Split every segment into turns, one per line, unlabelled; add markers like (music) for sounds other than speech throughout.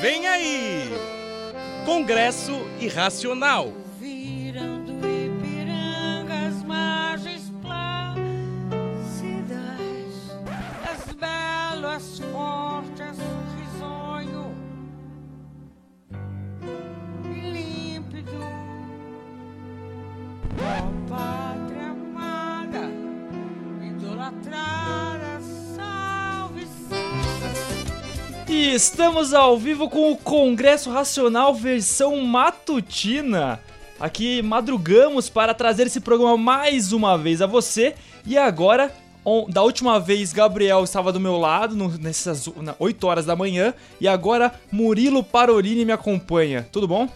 Vem aí! Congresso Irracional.
Viram do Ipiranga as margens plácidas, as belas, fortes, risonho, límpido. Ó pátria amada, idolatrada, salve, salve.
E estamos ao vivo com o Congresso Racional versão matutina. Aqui madrugamos para trazer esse programa mais uma vez a você. E agora, on- da última vez, Gabriel estava do meu lado, no- nessas o- na- 8 horas da manhã. E agora, Murilo Parolini me acompanha.
(laughs)
Tudo bom?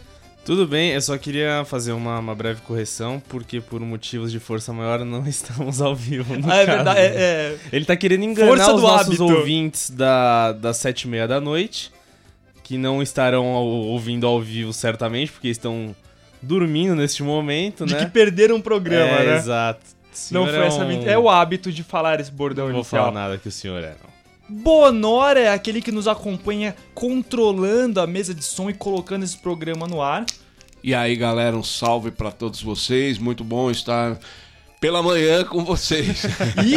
Tudo bem, eu só queria fazer uma, uma breve correção, porque por motivos de força maior não (laughs) estamos ao vivo. No
Ah, é
caso.
verdade. É, é-
Ele tá querendo enganar
Força
os
do
nossos
hábito.
ouvintes da, das sete e meia da noite, que não estarão ao- ouvindo ao vivo certamente, porque estão dormindo neste momento,
de
né?
que perderam um programa,
é,
né?
Exato.
Não
senhor
foi essa.
um-
mentira. É o hábito de falar esse bordão
Não vou
inicial.
falar nada que o senhor é, não.
Bonora é aquele que nos acompanha controlando a mesa de som e colocando esse programa no ar.
E aí, galera, um salve pra todos vocês. Muito bom estar pela manhã com vocês.
(laughs)
E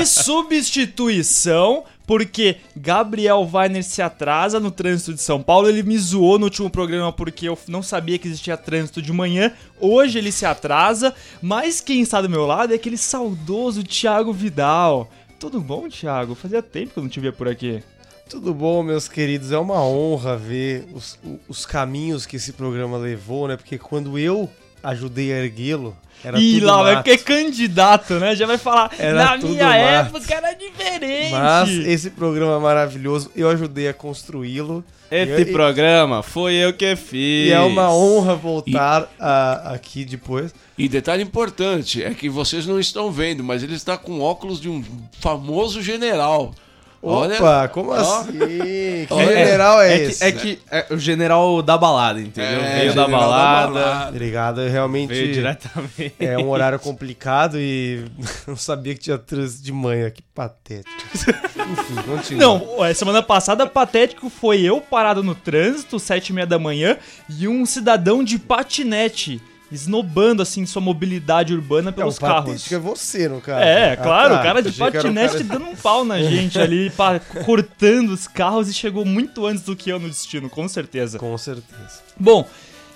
substituição, porque Gabriel Weiner se atrasa no trânsito de São Paulo. Ele me zoou no último programa porque eu não sabia que existia trânsito de manhã. Hoje ele se atrasa, mas quem está do meu lado é aquele saudoso Thiago Vidal. Tudo bom, Thiago? Fazia tempo que eu não te via por aqui.
Tudo bom, meus queridos? É uma honra ver os, o- os caminhos que esse programa levou, né? Porque quando eu ajudei a erguê-lo, era
Ih,
tudo
lá, vai
mato.
que é candidato, né? Já vai falar,
Era
na
tudo
minha
mato."
época era diferente.
Mas esse programa é maravilhoso, eu ajudei a construí-lo.
Este
e,
programa foi eu que fiz.
e é uma honra voltar a- aqui depois.
e detalhe importante é que vocês não estão vendo, mas ele está com óculos de um famoso general.
Opa,
Olha,
como
Ó.
assim? Que
Olha.
general é,
É que,
esse?
é que é o general da balada, entendeu?
É,
Veio da
general da
balada,
balada. (laughs)
Obrigado, eu realmente...
veio diretamente.
É um horário complicado e (laughs) não sabia que tinha trânsito de manhã, que patético. Enfim, continua.
Não, é, semana passada, patético foi eu parado no trânsito, sete e meia da manhã, e um cidadão de patinete, esnobando, assim, sua mobilidade urbana
É, o
pelos Então, carros.
patético é você, no caso.
É,
Ah,
claro,
tá.
o cara de
Achei que era um
patinete
cara-
dando um pau na gente
(laughs)
ali, pa- cortando os carros e chegou muito antes do que eu no destino, com certeza.
Com certeza.
Bom,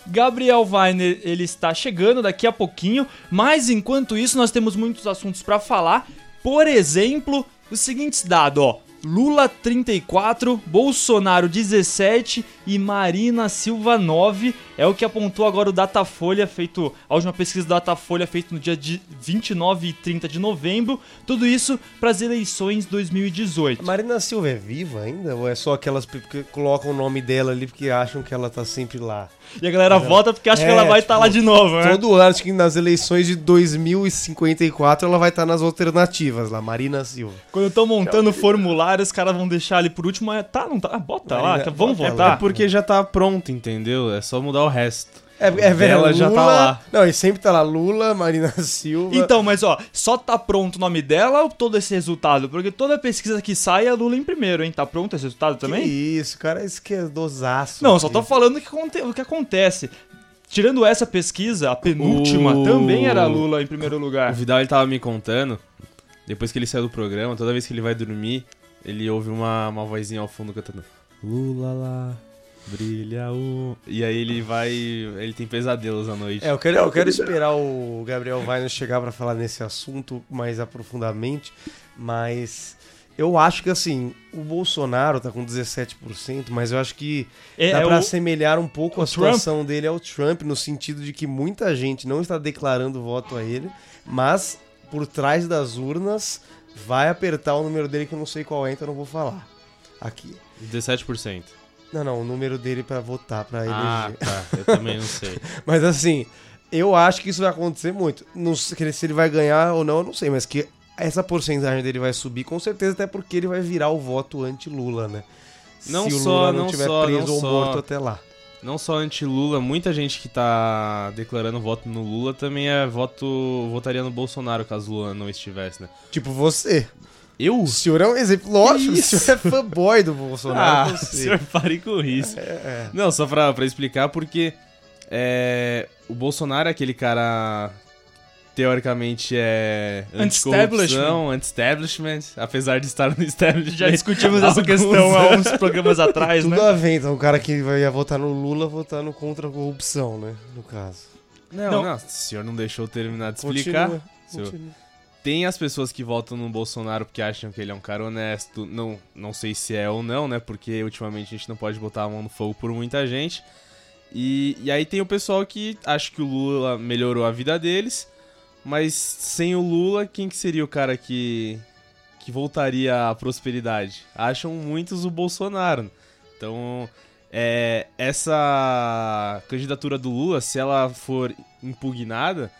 Gabriel Weiner, ele está chegando daqui a pouquinho, mas enquanto isso nós temos muitos assuntos para falar. Por exemplo, os seguintes dados, ó. Lula 34, Bolsonaro 17 e Marina Silva 9 é o que apontou agora o Datafolha feito a última pesquisa do Datafolha feita no dia de 29 e 30 de novembro, tudo isso para as eleições 2018.
A Marina Silva é viva ainda? Ou é só aquelas pe- que colocam o nome dela ali porque acham que ela tá sempre lá?
E a galera vota porque acha que
É,
ela vai estar
tipo,
lá de novo, né?
Todo ano, acho que nas eleições de 2054 ela vai estar nas alternativas lá, Marina Silva.
Quando eu tô
É
montando o formulário, os caras vão deixar ali por último. é, Tá, não tá? Ah, bota lá,
Marina,
tá, vamos
bota
votar.
É porque já tá pronto, entendeu? É só mudar o resto.
É, é velho,
Ela já tá
Lula-
lá.
Não, e sempre tá lá Lula, Marina (laughs) Silva.
Então, mas ó, só tá pronto o nome dela ou todo esse resultado? Porque toda pesquisa que sai é Lula em primeiro, hein? Tá pronto esse resultado
Que
também?
isso, cara, isso que é dosaço.
Não, só tô
falando.
falando o que, aconte- o que acontece. Tirando essa pesquisa, a penúltima
O-
também era Lula em primeiro
O
lugar.
Vidal ele tava me contando, depois que ele saiu do programa, toda vez que ele vai dormir, ele ouve uma, uma vozinha ao fundo cantando. Lula lá, brilha o. E aí ele vai. Ele tem pesadelos à noite.
É, eu quero, eu quero esperar o Gabriel Weiner chegar pra falar nesse assunto mais aprofundadamente, mas eu acho que assim, o Bolsonaro tá com 17%, mas eu acho que
É,
dá
é o- (laughs)
pra assemelhar um pouco
o
a situação dele ao Trump, no sentido de que muita gente não está declarando voto a ele, mas por trás das urnas vai apertar o número dele que eu não sei qual é, então eu não vou falar aqui.
17%.
Não, não, o número dele pra votar, pra eleger.
Ah, tá. (laughs) Eu também não sei.
Mas assim, eu acho que isso vai acontecer muito. Não sei se ele vai ganhar ou não, eu não sei, mas que essa porcentagem dele vai subir com certeza, até porque ele vai virar o voto anti-Lula, né?
Não
se o
só,
Lula não,
não
tiver
só,
preso
não
ou
só.
morto até lá.
Não só anti-Lula, muita gente que tá declarando voto no Lula também é voto. votaria no Bolsonaro caso Lula não estivesse, né?
Tipo você.
Eu?
O senhor é um exemplo. Lógico, o
Isso.
senhor é fanboy do Bolsonaro. é
Ah, senhor, pare com isso. Não, só pra, pra explicar, porque é, o Bolsonaro é aquele cara, teoricamente, é anticorrupção, anti-establishment, apesar de estar no establishment.
Já discutimos essa
Alguns
questão há uns programas atrás,
Tudo
né?
a ver, então, o cara que vai- ia votar no Lula, votar no contra a corrupção, né? No caso.
Não,
Não.
não, o senhor não deixou eu terminar de explicar.
Continua,
senhor.
continua.
Tem as pessoas que votam no Bolsonaro porque acham que ele é um cara honesto. Não, não sei se é ou não, né? Porque ultimamente a gente não pode botar a mão no fogo por muita gente. E, e aí tem o pessoal que acha que o Lula melhorou a vida deles. Mas sem o Lula, quem que seria o cara que, que voltaria à prosperidade? Acham muitos o Bolsonaro. Então, é, essa candidatura do Lula, se ela for impugnada,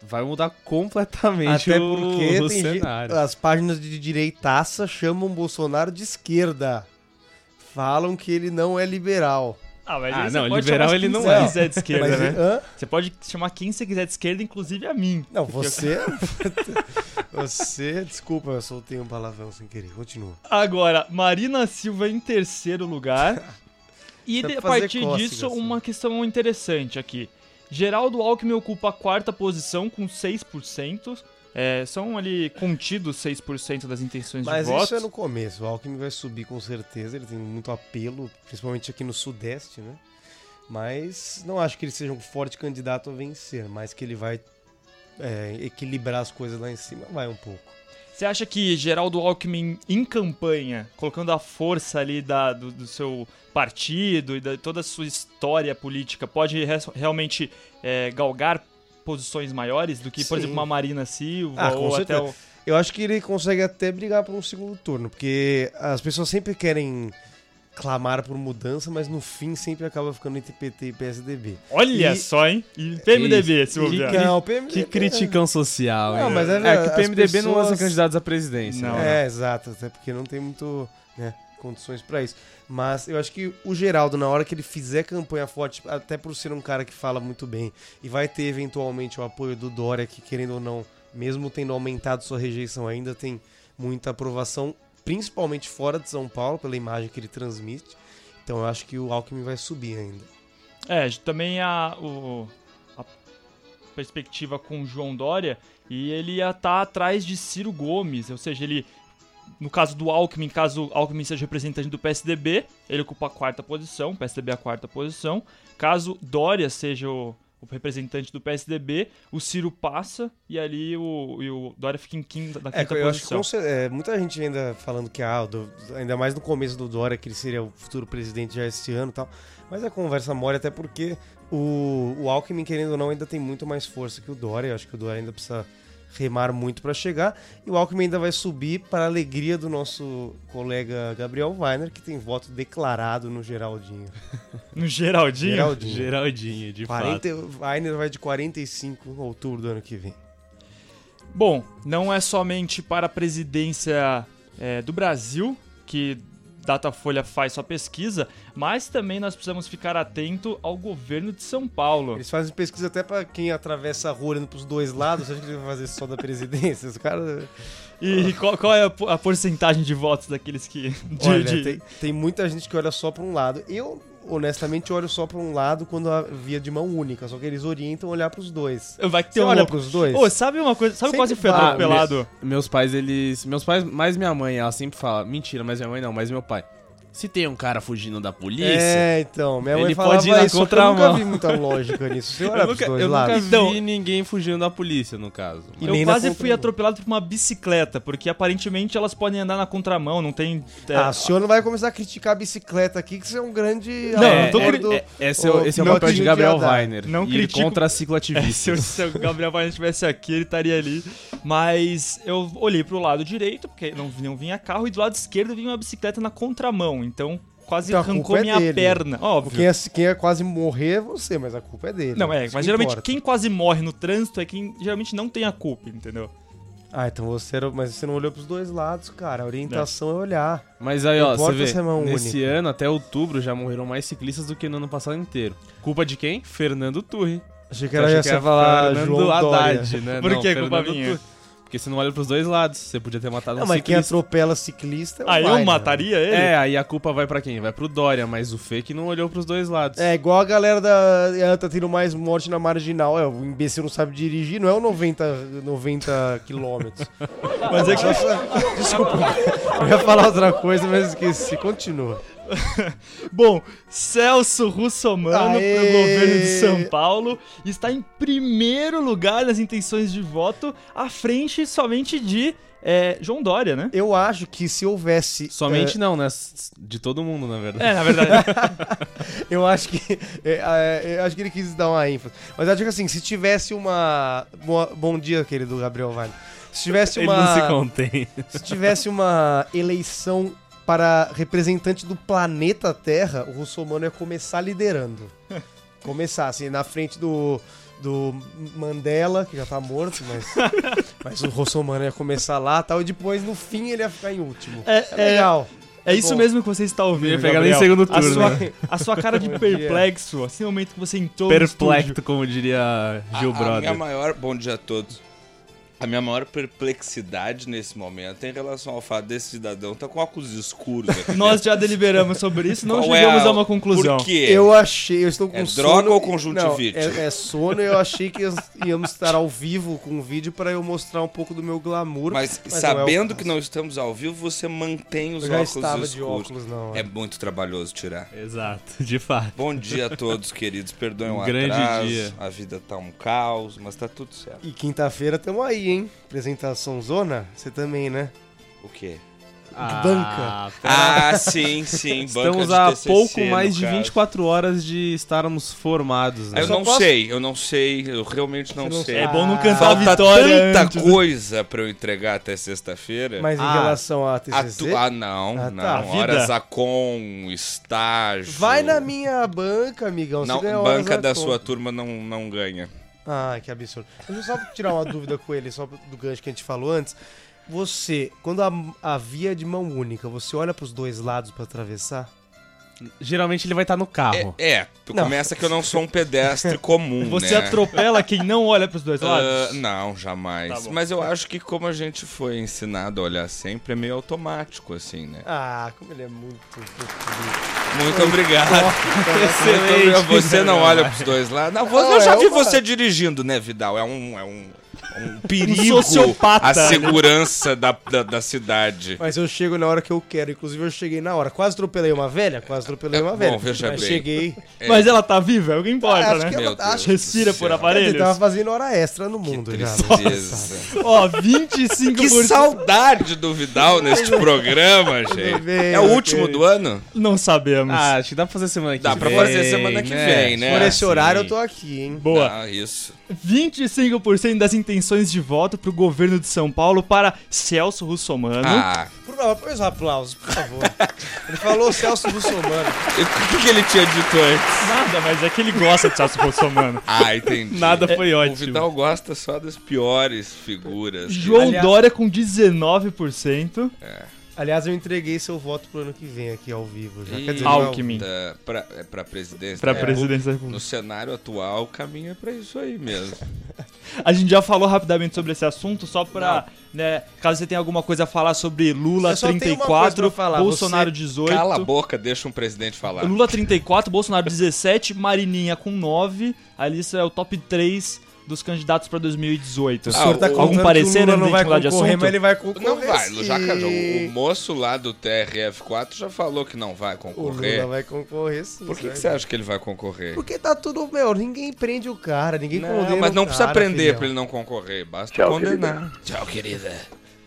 vai mudar completamente
Até
o,
porque
o
tem gente- Ah,
cenário.
as páginas de direitaça chamam Bolsonaro de esquerda. Falam que ele não é liberal.
Ah, mas
Ah,
aí você
não,
pode
liberal
chamar
ele
quem
não
você
é.
quiser de esquerda,
Mas,
né?
hã?
Você pode chamar quem você quiser de esquerda, inclusive a mim.
Não, você. (laughs) você. Desculpa, eu soltei um palavrão sem querer. Continua.
Agora, Marina Silva em terceiro
(laughs)
lugar. E
Dá
de- a
pra fazer
partir
cócegas,
disso,
assim.
uma questão interessante aqui. Geraldo Alckmin ocupa a quarta posição com 6%. É, são ali contidos 6% das intenções
Mas
de voto.
isso é no começo. O Alckmin vai subir com certeza. Ele tem muito apelo, principalmente aqui no Sudeste, né? Mas não acho que ele seja um forte candidato a vencer. Mas que ele vai é, equilibrar as coisas lá em cima, vai um pouco.
Você acha que Geraldo Alckmin em campanha, colocando a força ali da- do, do seu partido e da, toda a sua história política, pode re- realmente é, galgar posições maiores do que, por
Sim.
exemplo, uma Marina Silva
Ah, com
ou até
certeza.
o...
Eu acho que ele consegue até brigar por um segundo turno, porque as pessoas sempre querem clamar por mudança, mas no fim sempre acaba ficando entre PT e PSDB.
Olha
E-
só, hein? E PMDB, se
E-
bobear.
Que-
Não, o PMDB.
Que criticão social,
Não,
hein?
mas é
é que
verdade,
o
as
PMDB não lança
pessoas-
candidatos à presidência.
Não,
né?
É, exato, até porque não tem muito né, condições pra isso. Mas eu acho que o Geraldo, na hora que ele fizer campanha forte, até por ser um cara que fala muito bem, e vai ter eventualmente o apoio do Dória, que querendo ou não, mesmo tendo aumentado sua rejeição, ainda tem muita aprovação, principalmente fora de São Paulo, pela imagem que ele transmite. Então eu acho que o Alckmin vai subir ainda.
É, também a, o- a perspectiva com o João Dória e ele ia estar atrás de Ciro Gomes, ou seja, ele no caso do Alckmin, caso Alckmin seja representante do PSDB, ele ocupa a quarta posição, o PSDB é a quarta posição. Caso Dória seja o, o representante do PSDB, o Ciro passa e ali o, e o Dória fica em quinta, na
É,
quinta
eu acho que
posição.
com cer- é, muita gente ainda falando que, ah, o do- ainda mais no começo do Dória, que ele seria o futuro presidente já esse ano e tal. Mas a conversa mole, até porque o, o Alckmin, querendo ou não, ainda tem muito mais força que o Dória. Eu acho que o Dória ainda precisa remar muito pra chegar. E o Alckmin ainda vai subir para a alegria do nosso colega Gabriel Weiner, que tem voto declarado no Geraldinho.
No Geraldinho,
Geraldinho.
Geraldinho, de fato.
40, Weiner vai de 45 em outubro do ano que vem.
Bom, não é somente para a presidência é, do Brasil que Datafolha faz sua pesquisa, mas também nós precisamos ficar atento ao governo de São Paulo.
Eles fazem pesquisa até pra quem atravessa a rua olhando pros dois lados. Você acha que eles vão fazer só da presidência? Os caras.
E qual, qual é a po- a porcentagem de votos daqueles que. de-
Olha,
de-
tem, tem muita gente que olha só pra um lado. Eu, honestamente, olho só pra um lado quando a via de mão única. Só que eles orientam a olhar pros dois.
Vai que
Você
tem um.
olha pros dois?
Ô, sabe uma coisa? Sabe
Sempre Ah,
quase foi atropelado?
vai.
pelado?
Ah, Meus pais, eles. Meus pais, mais minha mãe, ela sempre fala. Mentira, mas minha mãe não, mas meu pai. Se tem um cara fugindo da polícia.
É, então. Minha mãe
Ele
falava
pode ir na
isso, só que eu nunca
contramão.
vi muita lógica nisso. Você olha
Eu
pros
nunca,
dois
eu nunca
lados. Então,
vi
Então-
ninguém fugindo da polícia, no caso.
E
Eu
nem na
quase fui
contramão.
atropelado por uma bicicleta, porque aparentemente elas podem andar na contramão, não tem. é,
Ah, o senhor não vai começar a criticar a bicicleta aqui, que você é um grande.
Não,
amador
eu tô cri-
do-
é- esse é, o-
Ô,
esse é o
não
papel de
tinha
Gabriel
que andar.
Weiner.
Não
ir
critico-
contra
É,
(laughs)
se, o,
cicloativistas.
se o Gabriel Vargas estivesse aqui, ele estaria ali. Mas eu olhei pro lado direito, porque não, não vinha carro, e do lado esquerdo vinha uma bicicleta na contramão. Então quase
Então a
arrancou
culpa é
minha
dele.
perna. Óbvio.
Quem, é, quem é quase morrer é você, mas a culpa é dele.
Não, é,
Isso
mas
que
geralmente
importa.
quem quase morre no trânsito é quem geralmente não tem a culpa, entendeu?
Ah, então você era. Mas você não olhou pros dois lados, cara. A orientação é, olhar.
Mas aí, ó, você
Importa
vê.
se é mão
Nesse ano, até outubro, já morreram mais ciclistas do que no ano passado inteiro. Culpa de quem? Fernando Turri.
Achei que
Eu
era
achei
ia
que era
falar
Fernando
João Dória.
Haddad, né?
Por
Não,
que,
Fernando
culpa minha?
Turri. Porque Porque você não olha pros dois lados. Você podia ter matado
Não,
um
mas quem é-
ciclista.
atropela ciclista. é o
Aí Ah, eu
Weiner, né?
mataria ele?
É, aí a culpa vai pra quem? Vai pro Dória, mas o Fê que não olhou pros dois lados.
É igual a galera da. ah, Tá tendo mais morte na marginal. É, o imbecil não sabe dirigir, não é o 90, 90 quilômetros.
Mas é que
Desculpa, eu ia falar outra coisa, mas esqueci. Continua.
Bom, Celso Russomano
Aê!
para o governo de São Paulo está em primeiro lugar nas intenções de voto, à frente somente de eh, João Dória,
(laughs)
né?
Eu acho que se houvesse. é,
Somente não, né? S- De todo mundo, na verdade.
É, na verdade.
Eu acho que. (laughs) é, é, eu acho que ele quis dar uma ênfase. Mas eu acho que assim, se tivesse uma. boa- bom dia, querido Gabriel Vale. Se
(laughs)
tivesse
Ele
uma.
não se contém.
Se tivesse uma eleição para representante do planeta Terra, o Russomano ia começar
(laughs)
liderando. Começar, assim, na frente do, do Mandela, que já tá morto, mas,
(laughs)
mas o Russomano ia começar lá tal, e depois, no fim, ele ia ficar em último.
É,
É
é-
legal.
é isso
Bom.
mesmo que você está ouvindo.
Ia pegar
Gabriel.
nem segundo
a
turno,
sua,
né?
a sua cara de
(laughs) Bom dia.
perplexo, assim, no momento que você entrou no estúdio.
Perplexo, como diria
A-
Gil
A, minha
Brother.
maior. Bom dia a todos. A minha maior perplexidade nesse momento é em relação ao fato desse cidadão tá com óculos escuros.
(laughs)
aqui
Nós já deliberamos sobre isso, não
dentro. Qual é
chegamos a uma conclusão.
Por quê?
Eu achei, eu estou com
É
sono.
droga ou
e-
conjuntivite?
Não, é, é sono, eu achei que íamos- íamos estar ao vivo com o vídeo para eu mostrar um pouco do meu glamour.
Mas,
não é o
sabendo
caso.
que não estamos ao vivo, você mantém os
Eu já
óculos
estava
escuros.
de óculos, não.
É muito trabalhoso tirar.
Exato, de fato.
Bom dia a todos, queridos. Perdoem
Um (laughs)
o
grande
atraso.
dia.
A vida tá um caos, mas tá tudo certo.
E quinta-feira tamo aí, hein? Apresentação Zona, você também, né?
O
(laughs)
quê?
Banca.
Ah, sim, sim. banca
Estamos
de
a
TCC,
pouco
no
mais de
caso.
24 horas de estarmos formados,
Ah,
né?
Eu não sei, eu não sei, eu realmente não,
não
sei.
É bom não cantar a
Falta
vitória
tanta
antes, né?
coisa pra eu entregar até sexta-feira.
Mas em
Ah,
relação à
É. A
TCC,
tu... Ah, não,
Ah, tá.
não.
A vida.
Horas a com, estágio.
vai na minha banca, amigão. Você
Não,
ganha horas
banca
na
da
conta.
sua turma não, não ganha.
Ah, que absurdo. Deixa eu só tirar uma dúvida com ele, só do gancho que a gente falou antes. Você, quando a, a via é de mão única, você olha pros dois lados pra atravessar?
Geralmente ele vai estar no carro.
É, é, tu
Não.
começa que eu não sou
(laughs)
um pedestre comum,
Você
né?
atropela quem não olha pros dois
Ah,
lados.
não,
Tá
jamais.
bom.
Mas eu acho que como a gente foi ensinado a olhar sempre, é meio automático, assim, né?
Ah, como ele é muito. fofinho.
Muito obrigado.
Excelente.
Muito obrigado. Você não olha pros dois lados. Não, você-
Não,
eu já
é
vi
uma-
você dirigindo, né, Vidal? É um, é um, um perigo
Um sociopata,
a
né?
segurança da, da, da
(laughs)
cidade.
Mas eu chego na hora que eu quero. Inclusive, eu cheguei na hora. Quase atropelei uma velha? Quase atropelei uma
É Bom,
velha.
veja
Mas
bem.
cheguei.
Mas ela tá viva, é o que importa,
acho
né?
que
Meu
ela
Deus
é.
acho-
do
Respira por
céu.
Ele
aparelhos.
tava fazendo hora extra no
Que
mundo já. né?
tristeza.
Ó, 25%.
(laughs)
Que saudade do Vidal neste programa, gente.
bem,
É o
meu
último do ano?
Não sabemos.
Ah, acho que dá pra fazer semana que
É. Dá
vem.
pra fazer semana que vem, né?
Por esse
Assim,
horário eu tô aqui, hein?
Boa.
tá.
Ah, isso.
25% das intenções de voto pro governo de São Paulo para Celso Russomano.
Ah,
Por favor, põe os aplausos, por favor. Ele falou Celso Russomano.
e o que, que ele tinha dito antes?
Nada, mas é que ele gosta de Celso Russomano.
Ah, entendi. É,
Nada
É,
foi
O
ótimo.
Vidal gosta só das piores figuras.
João
Aliás-
Dória com 19%.
Aliás, eu entreguei seu voto pro ano que vem aqui ao vivo. Já. Quer dizer, não é ao-
Alckmin.
Da- pra, é pra presidência.
Pra
da
presidência da
República. No
República.
cenário atual, o caminho é pra isso aí mesmo.
A gente já falou rapidamente sobre esse assunto, só pra. Né, caso você tenha alguma coisa a falar sobre Lula
Eu só tenho uma
34,
coisa pra falar,
Bolsonaro
você
18.
Cala a boca, deixa um presidente falar.
Lula 34, Bolsonaro 17, Marininha com 9. A lista é o top 3 dos candidatos pra 2018.
O senhor
Ah,
tá
o-
contando
algum
que o
parecer
Lula
antes
não
de
vai
mudar de
concorrer,
assunto?
mas ele vai concorrer.
Não vai, Lu- já, cara, o, o
sim.
moço lá do TRF4 já falou que
O
não vai
Lula
concorrer.
vai concorrer sim.
Por que, que
vai.
você acha que ele vai concorrer?
Porque tá tudo, meu, ninguém prende o cara, ninguém
Não,
condena
mas não
o
precisa
cara,
prender
filhão.
pra ele não concorrer, basta condenar. Tchau, querida.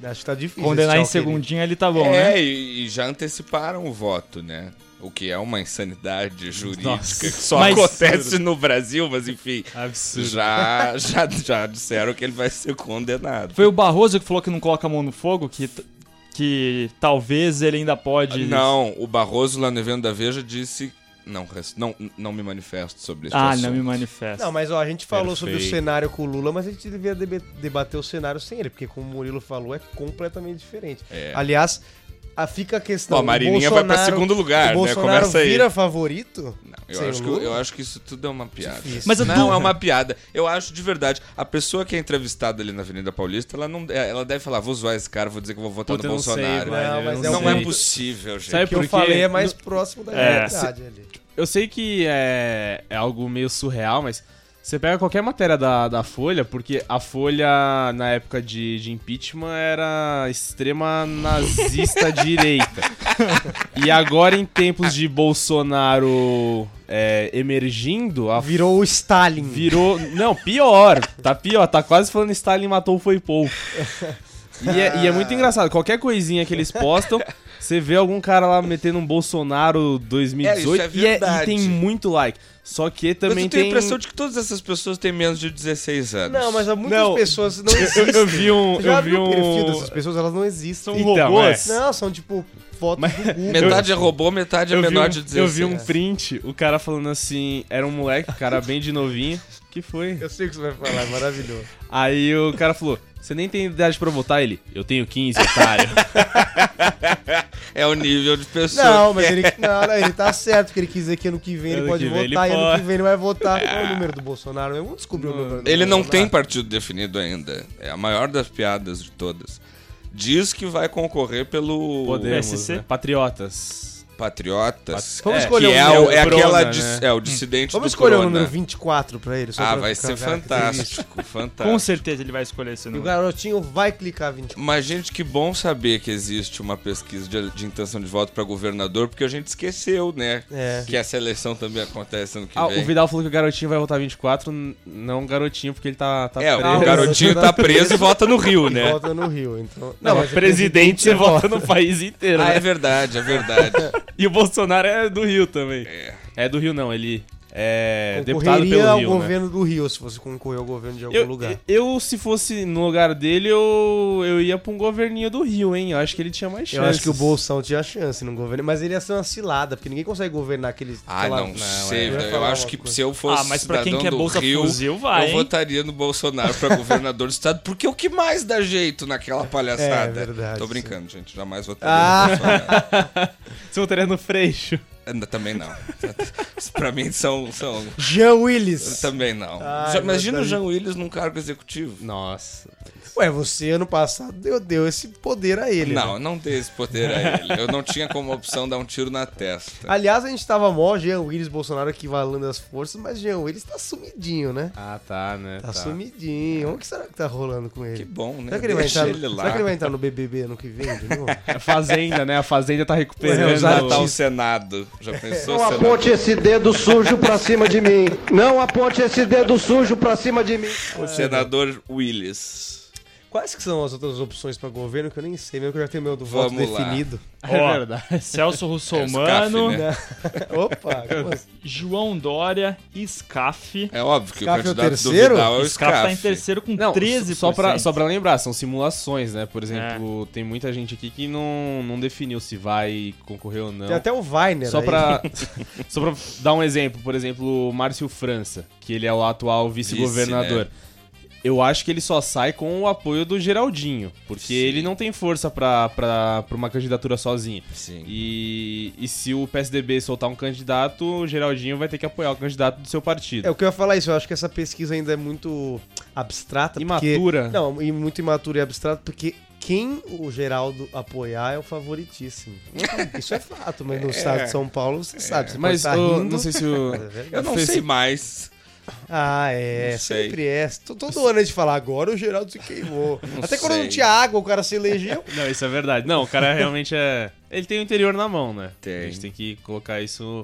Acho que tá difícil.
Condenar
esse
em
tchau, querido.
segundinha ele tá bom,
é,
né?
e, e já anteciparam o voto, né? O que é uma insanidade jurídica
Nossa,
que só
mas-
acontece no Brasil, mas enfim.
Absurdo.
Já, já, já disseram que ele vai ser condenado.
Foi o Barroso que falou que não coloca a mão no fogo, que, t- que talvez ele ainda pode.
Não, o Barroso lá no evento da Veja disse. Não, res- não, não me manifesto sobre isso.
Ah, não me manifesta.
Não, mas ó, a gente falou sobre o
Perfeito.
cenário com o Lula, mas a gente devia debe- debater o cenário sem ele, porque como o Murilo falou, é completamente diferente.
É.
Aliás, ah, fica a questão.
Bom, a Marilinha
o
vai pra
Bolsonaro-
segundo lugar,
o
né?
Bolsonaro
Começa aí.
vira favorito?
Não, eu,
Sem
acho que,
Lula?
eu acho que isso tudo é uma piada.
Difícil.
Mas a
não,
dúvida-
é uma piada. Eu acho de verdade. A pessoa que é entrevistada ali na Avenida Paulista, ela não, é, ela deve falar, vou zoar esse cara, vou dizer que vou votar
Puta, eu
no
não sei,
Bolsonaro.
velho,
Não,
eu
mas
não
é
não
um-
é
sei.
possível, gente.
O
Sabe
que
por quê?
eu falei é mais próximo da
É,
realidade ali.
Eu sei que é, é algo meio surreal, mas você pega qualquer matéria da, da Folha, porque a Folha, na época de, de impeachment, era extrema nazista direita. E agora, em tempos de Bolsonaro é, emergindo, a
Virou o Stalin.
Virou. Não, pior. Tá pior. Tá quase falando Stalin matou o foi pouco. E é, e é muito engraçado. Qualquer coisinha que eles postam, você vê algum cara lá metendo um Bolsonaro 2018
É, isso é
e é- e,
verdade.
tem muito like. Só que
Mas
também
eu tenho
tem.
a impressão de que todas essas pessoas têm menos de 16 anos.
Não, mas há muitas
Não.
pessoas não
eu,
existem.
(laughs) eu vi um. Então, é.
Você já
Eu vi
viu o perfil
um.
dessas pessoas? Elas não
São
existem.
um robôs?
É.
Não, são tipo fotos do
(laughs)
Google.
Metade é robô, metade é
Eu vi,
menor
um,
de né? 16.
eu vi um print, o cara falando assim, era um moleque, o cara bem de novinho. Que foi?
Eu sei o que você vai falar, é maravilhoso.
Aí o cara falou: Você nem tem idade pra votar ele? Eu tenho 15, otário.
É o nível de
(laughs)
pessoa.
Não, mas ele, não, não, ele tá certo, porque ele quis dizer que ano que vem ele
Ano
pode
que vem
votar,
ele
e ano
pode.
que vem ele
(laughs)
vai votar. Qual é o número do Bolsonaro? Eu não descobri o número do
Ele não tem
Bolsonaro.
partido definido ainda. É a maior das piadas de todas. Diz que vai concorrer pelo
Podemos,
PSC?
né? Patriotas.
Patriotas.
Vamos
é,
escolher
que
um
é,
número.
o- é
Corona,
aquela
né?
dis- é o dissidente
Vamos
do
escolher o
corona.
número 24 pra ele. só
Ah,
pra
vai
ficar- cara,
ser
que delícia.
fantástico,
Com
fantástico.
certeza ele vai escolher esse
E o
número.
garotinho vai clicar 24.
Mas, gente, que bom saber que existe uma pesquisa de, de intenção de voto pra governador, porque a gente esqueceu, né?
É.
Que essa eleição também acontece ano que
Ah,
vem.
o Vidal falou que o garotinho vai votar 24, n- não o garotinho, porque ele tá, tá
É,
preso.
o garotinho tá preso e vota no Rio,
Ele
né?
Volta no Rio, então.
Não,
mas
mas presidente você vota no país inteiro,
Ah,
né?
é verdade, é verdade.
(laughs)
(laughs)
E o Bolsonaro é do Rio também. É, do Rio não, ele é deputado
Concorreria
pelo
ao
Rio, né?
governo do Rio, se você concorrer ao governo de algum
Eu,
lugar.
eu, se fosse no lugar dele, eu, eu ia pra um governinho do Rio, hein? Eu acho que ele tinha mais
Eu
chances.
acho que o Bolsão tinha chance no governo, mas ele ia ser uma cilada, porque ninguém consegue governar aqueles.
Ah, não, sei.
é. Eu ia
Eu,
falar
acho
uma
que
coisa.
se eu fosse
Ah, mas pra quem
cidadão
quer
do
Bolsa
Rio,
Fuzil, vai,
eu
hein?
votaria no Bolsonaro
(laughs)
pra governador do estado, porque é o que mais dá jeito naquela palhaçada.
É verdade,
Tô
sim.
brincando, gente. Jamais votaria
Ah.
no Bolsonaro.
Você votaria no Freixo.
Ainda também não. pra mim são... são...
Jean Willis.
Também não.
Ai,
Já- imagina
meu
o
Deus.
Jean Willis num cargo executivo.
Nossa.
Ué, você ano passado deu, deu esse poder a ele. né?
Não, eu não dei esse poder a
(laughs)
ele. Eu não tinha como opção dar um tiro na testa.
Aliás, a gente tava mó Jean Willis Bolsonaro equivalendo as forças, mas Jean Willis tá sumidinho, né?
Ah, tá, né?
Tá,
tá.
sumidinho. O que será que tá rolando com ele?
Que bom, né?
Será que, ele vai
Deixa
entrar,
ele lá.
será que ele vai entrar no BBB ano que vem de novo?
É a Fazenda, né? A Fazenda tá
Ué, os
recuperando.
artistas-
Tá o Senado. Já
É
pensou,
Não
Senado?
aponte esse dedo sujo pra cima de mim. Não aponte esse dedo sujo pra cima de mim.
Senador Willis. É
Quais que são as outras opções pra governo que eu nem sei, mesmo que eu já tenho meu do voto
Vamos lá.
definido? (laughs)
É
Ó,
verdade.
Celso
(laughs) SCAF,
Russomano,
né?
Opa, como assim?
João Dória, Scaf.
É óbvio que
Scaf é o
o candidato
terceiro?
do Vidal é o
Scaf tá em
Scaf.
terceiro com
Não,
13%.
só pra, só pra lembrar, são simulações, né? Por exemplo, tem muita gente aqui que não, não definiu se vai concorrer ou não.
Tem até o Weiner
Só
aí. (laughs)
pra, só pra dar um exemplo, por exemplo, o Márcio França, que ele é o atual vice-governador. Eu acho que ele só sai com o apoio do Geraldinho, porque
Sim.
ele não tem força pra, pra, pra uma candidatura sozinho.
Sim.
E, e se o PSDB soltar um candidato, o Geraldinho vai ter que apoiar o candidato do seu partido.
É o que eu ia falar isso, eu acho que essa pesquisa ainda é muito abstrata.
Imatura.
É, Porque, não, e muito imatura e abstrata, porque quem o Geraldo apoiar é o favoritíssimo.
(laughs)
Isso é fato, mas no estado de São Paulo
É,
você sabe, você
Mas
pode tá
eu
rindo.
não sei se o.
(laughs) mas é verdade.
Eu não
Fez-
sei mais.
Ah, é,
Não sei.
sempre é. Tô- Todo ano a gente fala, agora o Geraldo se queimou.
(laughs) Não
Até quando
sei.
não tinha água, o cara se
(laughs)
elegeu.
Não, isso é verdade. Não, o cara realmente é. Ele tem o interior na mão, né?
Tem.
A gente tem que colocar isso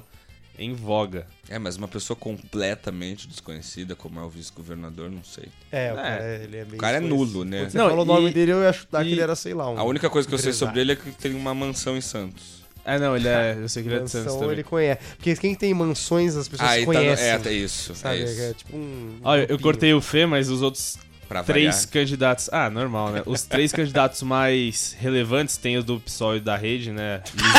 em voga.
É, mas uma pessoa completamente desconhecida, como é o vice-governador, não sei.
É, o cara, ele é meio
O cara é
coisa.
nulo, né?
Quando você
Não,
falou o nome
e-
dele, eu ia chutar que
e-
ele era, sei lá, um.
A única coisa que eu sei
empresário.
sobre ele é que ele tem uma mansão em Santos.
É, não, ele é. Eu sei que ele é de Santos
Mansão
também.
ele conhece. Porque quem tem mansões, as pessoas
Aí tá. no-
conhecem.
É, é isso.
Sabe,
é
é
isso.
tipo um.
Olha, eu
grupinho.
cortei o Fê, mas os outros
Pra
três (laughs)
variar.
candidatos. Ah, normal, né? Os três candidatos mais relevantes tem os do PSOL e da rede,
(laughs)
né? Lisa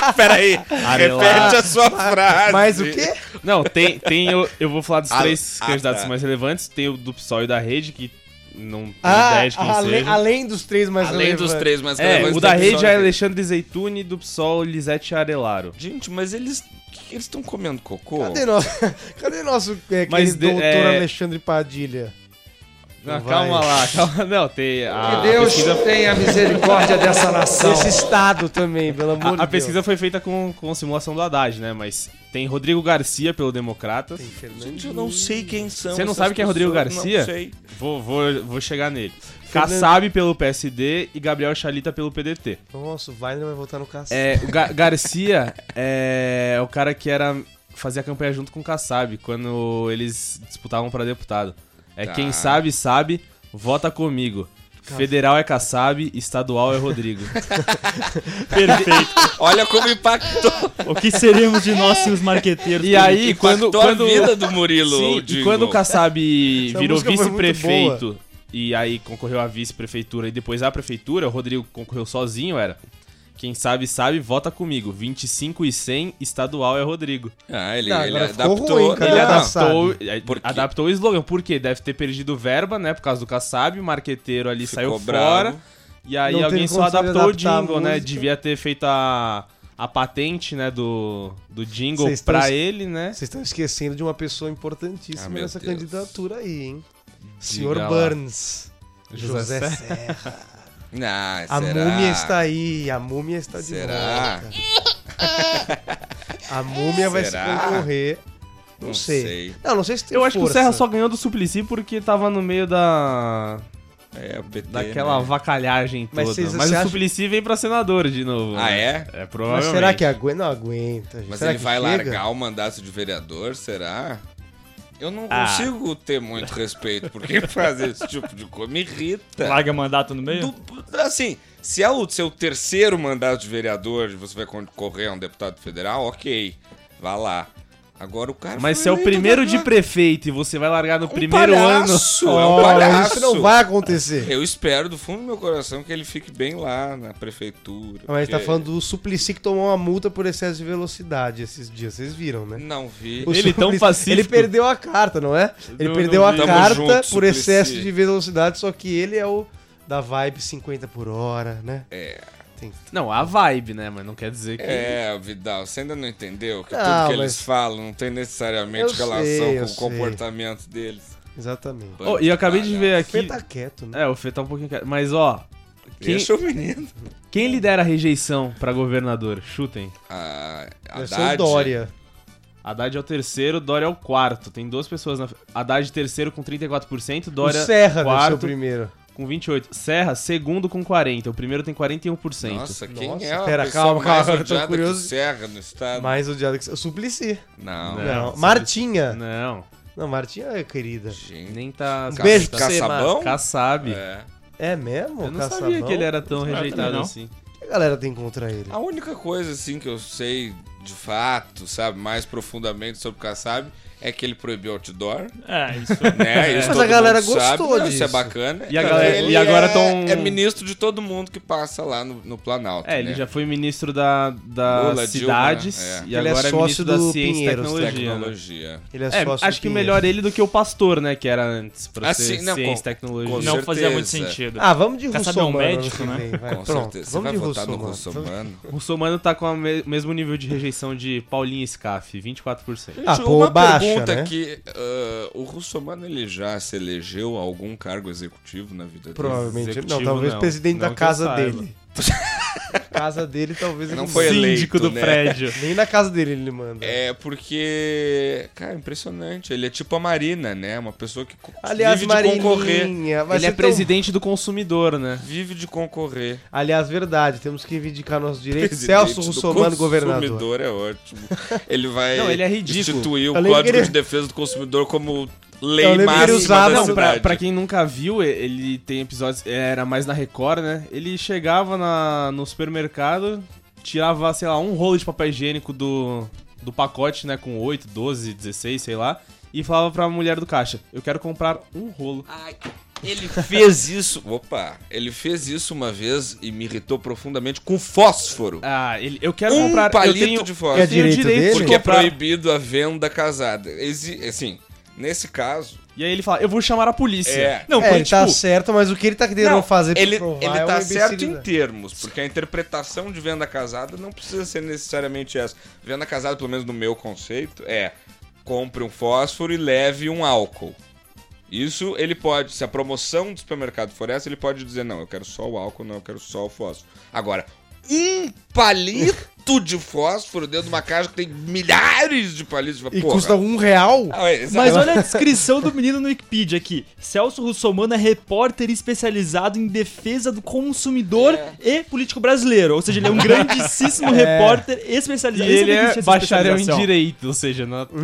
Ah, Peraí,
Arelá.
repete a sua frase.
Mas o é quê?
Não, tem. tem eu, eu vou falar dos
Ah,
três
ah,
candidatos
tá.
mais relevantes. Tem o do PSOL e da rede, que não tenho
Ah,
ideia de quem
ale-
Um seja.
além dos três mais
Além dos
relevantes.
três mais
É,
relevantes
o da
do
rede
episódio.
é Alexandre Zeituni, do PSOL Lisete Arelaro.
Gente, mas eles. o que que eles estão comendo cocô?
Cadê nosso, (laughs) cadê nosso é,
Mas
querido
de-
doutor
é-
Alexandre Padilha?
Ah,
Não
calma
vai. (laughs)
lá, calma. Não, tem a,
Que Deus
Ah, pesquisa
tenha misericórdia dessa nação.
Esse estado também, pelo amor de
A, a
Deus.
pesquisa foi feita com, com simulação do Haddad, né? Mas tem Rodrigo Garcia pelo Democratas.
Gente, eu não sei quem são.
Você não
essas
sabe quem é Rodrigo
pessoas,
Garcia?
Não sei.
Vou, vou, vou chegar nele. Kassab pelo PSD e Gabriel Chalita pelo PDT.
Nossa, o Weiner Então, vai voltar no cacete.
É, o Ga- Garcia é o cara que era fazia campanha junto com o Kassab quando eles disputavam pra deputado. É
Tá.
quem sabe, sabe, vota comigo. Federal é Kassab, estadual é
(laughs)
Rodrigo.
Perfeito.
Olha como impactou,
o que seremos de nós se os marqueteiros?
(laughs) E (laughs) aí, quando,
impactou
quando
a vida do Murilo.
Sim, e
Dingo.
quando o Kassab virou
música foi muito
vice-prefeito e aí concorreu à vice-prefeitura e depois à prefeitura, o Rodrigo concorreu sozinho, era. Quem sabe, sabe, vota comigo. 25 e 100, estadual é Rodrigo.
Ah, ele,
Não,
ele
agora ficou
adaptou.
ruim, cara.
Ele
Ah, Kassab.
adaptou.
Adaptou,
Por quê?
adaptou o slogan. Por quê? Deve ter perdido verba, né? Por causa do Kassab, o marqueteiro ali
Ficou
saiu
bravo.
fora. E aí
Não teve
alguém só
condição de
adaptou o
adaptar a
jingle, né?
música.
Devia ter feito a, a patente, né, do, do jingle
Vocês estão
pra
es-
ele, né?
Vocês estão esquecendo de uma pessoa importantíssima
Ah, meu
nessa
Deus.
candidatura aí, hein? Senhor
lá.
Burns.
José
José Serra.
Ah,
A
será?
múmia está aí, a múmia está de
Será?
volta. A múmia vai se
Será?
concorrer. Não,
Não
sei.
sei.
Não, não sei se tem
Eu acho que o
força.
Serra só ganhou do Suplicy porque tava no meio da.
É, o PT.
daquela
né?
vacalhagem toda.
Mas
Mas,
vocês-
o
você acha-
Suplicy vem pra senador de novo.
Ah,
né?
é?
É
Mas
provavelmente.
será que aguenta? Não aguenta. gente.
Mas
Será
ele
que
vai
chega?
largar o mandato de vereador, será? Eu não
Ah.
consigo ter muito respeito por quem faz esse tipo de coisa. Me irrita.
Larga mandato no meio?
Do- assim, se é o seu terceiro mandato de vereador e você vai concorrer a um deputado federal, ok. Vá lá. Agora o cara.
Mas
foi
se é o
eleito
primeiro de
vereador.
prefeito e você vai largar no
Um
primeiro ano.
palhaço, É um
Olha,
palhaço.
Isso não vai
(laughs)
acontecer.
Eu espero do fundo do meu coração que ele fique bem lá na prefeitura.
Mas a gente tá
porque-
falando do Suplicy que tomou uma multa por excesso de velocidade esses dias. Vocês viram, né?
Não vi.
O
Ele é tão
Suplicy-
pacífico.
Ele perdeu a carta, não é? Ele
Não,
perdeu
não
a
vi.
Tamo
carta
junto,
por excesso
Suplicy.
de velocidade, só que ele é o da vibe 50 por hora, né?
Não, a vibe, né? Mas não quer dizer que.
É, Vidal, você ainda não entendeu que
Não,
tudo que
mas-
eles falam não tem
Eu
necessariamente
sei,
relação
eu
com
sei.
o comportamento deles.
Exatamente.
Oh, e eu acabei de ver aqui.
Fê tá quieto, né?
É, o Fê tá um pouquinho. quieto. Mas ó. Quem,
Deixa o menino.
quem lidera a rejeição pra governador? Chutem.
Ah,
Deve ser
Haddad,
o Dória.
Haddad é o terceiro, Dória é o quarto. Tem duas pessoas na. Haddad terceiro com 34%,
O
Dória
Serra deve ser o
quarto
primeiro.
com 28%. Serra, segundo com 40%. O primeiro tem 41%.
Nossa, quem
Nossa,
é a
pera,
pessoa
calma,
mais
calma, eu tô
odiada que
curioso.
Serra no estado?
Mais odiado que... O Suplicy.
Não.
Não.
Não,
É, Suplicy.
Martinha. Não.
Não,
Martinha é querida.
Gente.
nem tá.
Um beijo
tá-
pra você,
Caçabão?
Marcos.
você.
Kassab.
É.
É mesmo?
Eu não
Caçabão?
sabia que ele era tão
também
rejeitado
não.
assim.
O que a galera tem contra ele?
A única coisa, assim, que eu sei de fato, sabe, mais profundamente sobre o Kassab, é que ele
(laughs)
proibiu outdoor,
É, isso.
né?
Mas
Isso todo
a galera
mundo sabe,
gostou
né? Isso é
disso.
bacana.
E a galera-
Ele
e agora
é-
tão-
É ministro de todo mundo que passa lá no, no Planalto,
É, ele
né?
já foi ministro da, das
Lula, Dilma,
cidades
né? É.
e
Ele é
agora é,
sócio
ministro da
do
ciência e
Pinheiros,
tecnologia. né?
Tecnologia.
Ele é,
É,
sócio
acho
do
que
Pinheiro.
melhor ele do que o pastor, né? Que era antes, pra
Ah,
ser
sim, não,
ciência e
com-
tecnologia.
com
Não,
Não fazia muito
certeza.
sentido.
Ah, vamos de
Caçador
Russomano.
é um médico,
ano que
né?
vem, vai.
Com
Pronto,
certeza. Você
vamos
vai
de
votar no
Russomano.
Russomano?
o Russomano tá com o mesmo nível de rejeição de Paulinho Scaff, 24%.
Ah,
Gente,
pô,
uma
baixa,
pergunta
né?
que ah, o Russomano ele já se elegeu a algum cargo executivo na vida dele?
Provavelmente. Não,
Executivo,
talvez
não.
presidente
Não
da
que eu
casa
saiba. (laughs)
dele. casa dele, talvez ele
Não foi eleito,
Síndico do
né?
prédio.
Nem na casa dele ele manda.
É porque, cara, impressionante. Ele é tipo a Marina, né? Uma pessoa que co-
Aliás,
vive de concorrer,
Marininha, vai
Ele é
ser tão-
presidente do consumidor, né?
vive de concorrer.
Aliás, verdade, temos que reivindicar nosso direito.
Presidente
Celso
do
Russomano, governador.
consumidor é ótimo. Ele vai
Não, ele é ridículo.
instituir o
Eu lembro
Código
que ele-
de Defesa do Consumidor como
Eu
lei
lembro que ele
máxima
usava-
da
Não,
cidade.
Pra, pra quem nunca viu, e- ele tem episódios. Era mais na Record, né? Ele chegava na, no supermercado, tirava, sei lá, um rolo de papel higiênico do, do pacote, né? Com 8, 12, 16, sei lá. E falava pra mulher do caixa: Eu quero comprar um rolo.
Ai, ele fez isso. Opa, ele fez isso uma vez e me irritou profundamente com fósforo.
Ah, ele, eu quero
um
comprar.
palito
eu tenho,
de
eu
É
fósforo.
tenho
é
direito
direito
dele?
de
Porque é
comprar.
proibido a venda casada. Exi- Assim, nesse caso,
E aí ele fala, eu vou chamar a polícia.
É.
Não,
é,
porque,
ele tá
tipo,
certo, mas o que ele tá querendo
Não,
fazer pra
ele,
provar
ele
é
tá
uma
certo em
imbecilidade.
termos, porque a interpretação de venda casada não precisa ser necessariamente essa. Venda casada, pelo menos no meu conceito, é compre um fósforo e leve um álcool. Isso ele pode, se a promoção do supermercado for essa, ele pode dizer, não, eu quero só o álcool, não, eu quero só o fósforo. Agora, um palito de fósforo dentro de uma caixa que tem milhares de palitos.
E custa um real?
Ah, é,
Mas olha a descrição do menino no Wikipedia aqui. Celso Russomano é repórter especializado em defesa do consumidor e político brasileiro. Ou seja, ele é um
(laughs)
grandíssimo repórter
E
especializado.
ele é bacharel
Essa
em
especialização.
direito, ou seja, na
Uhum.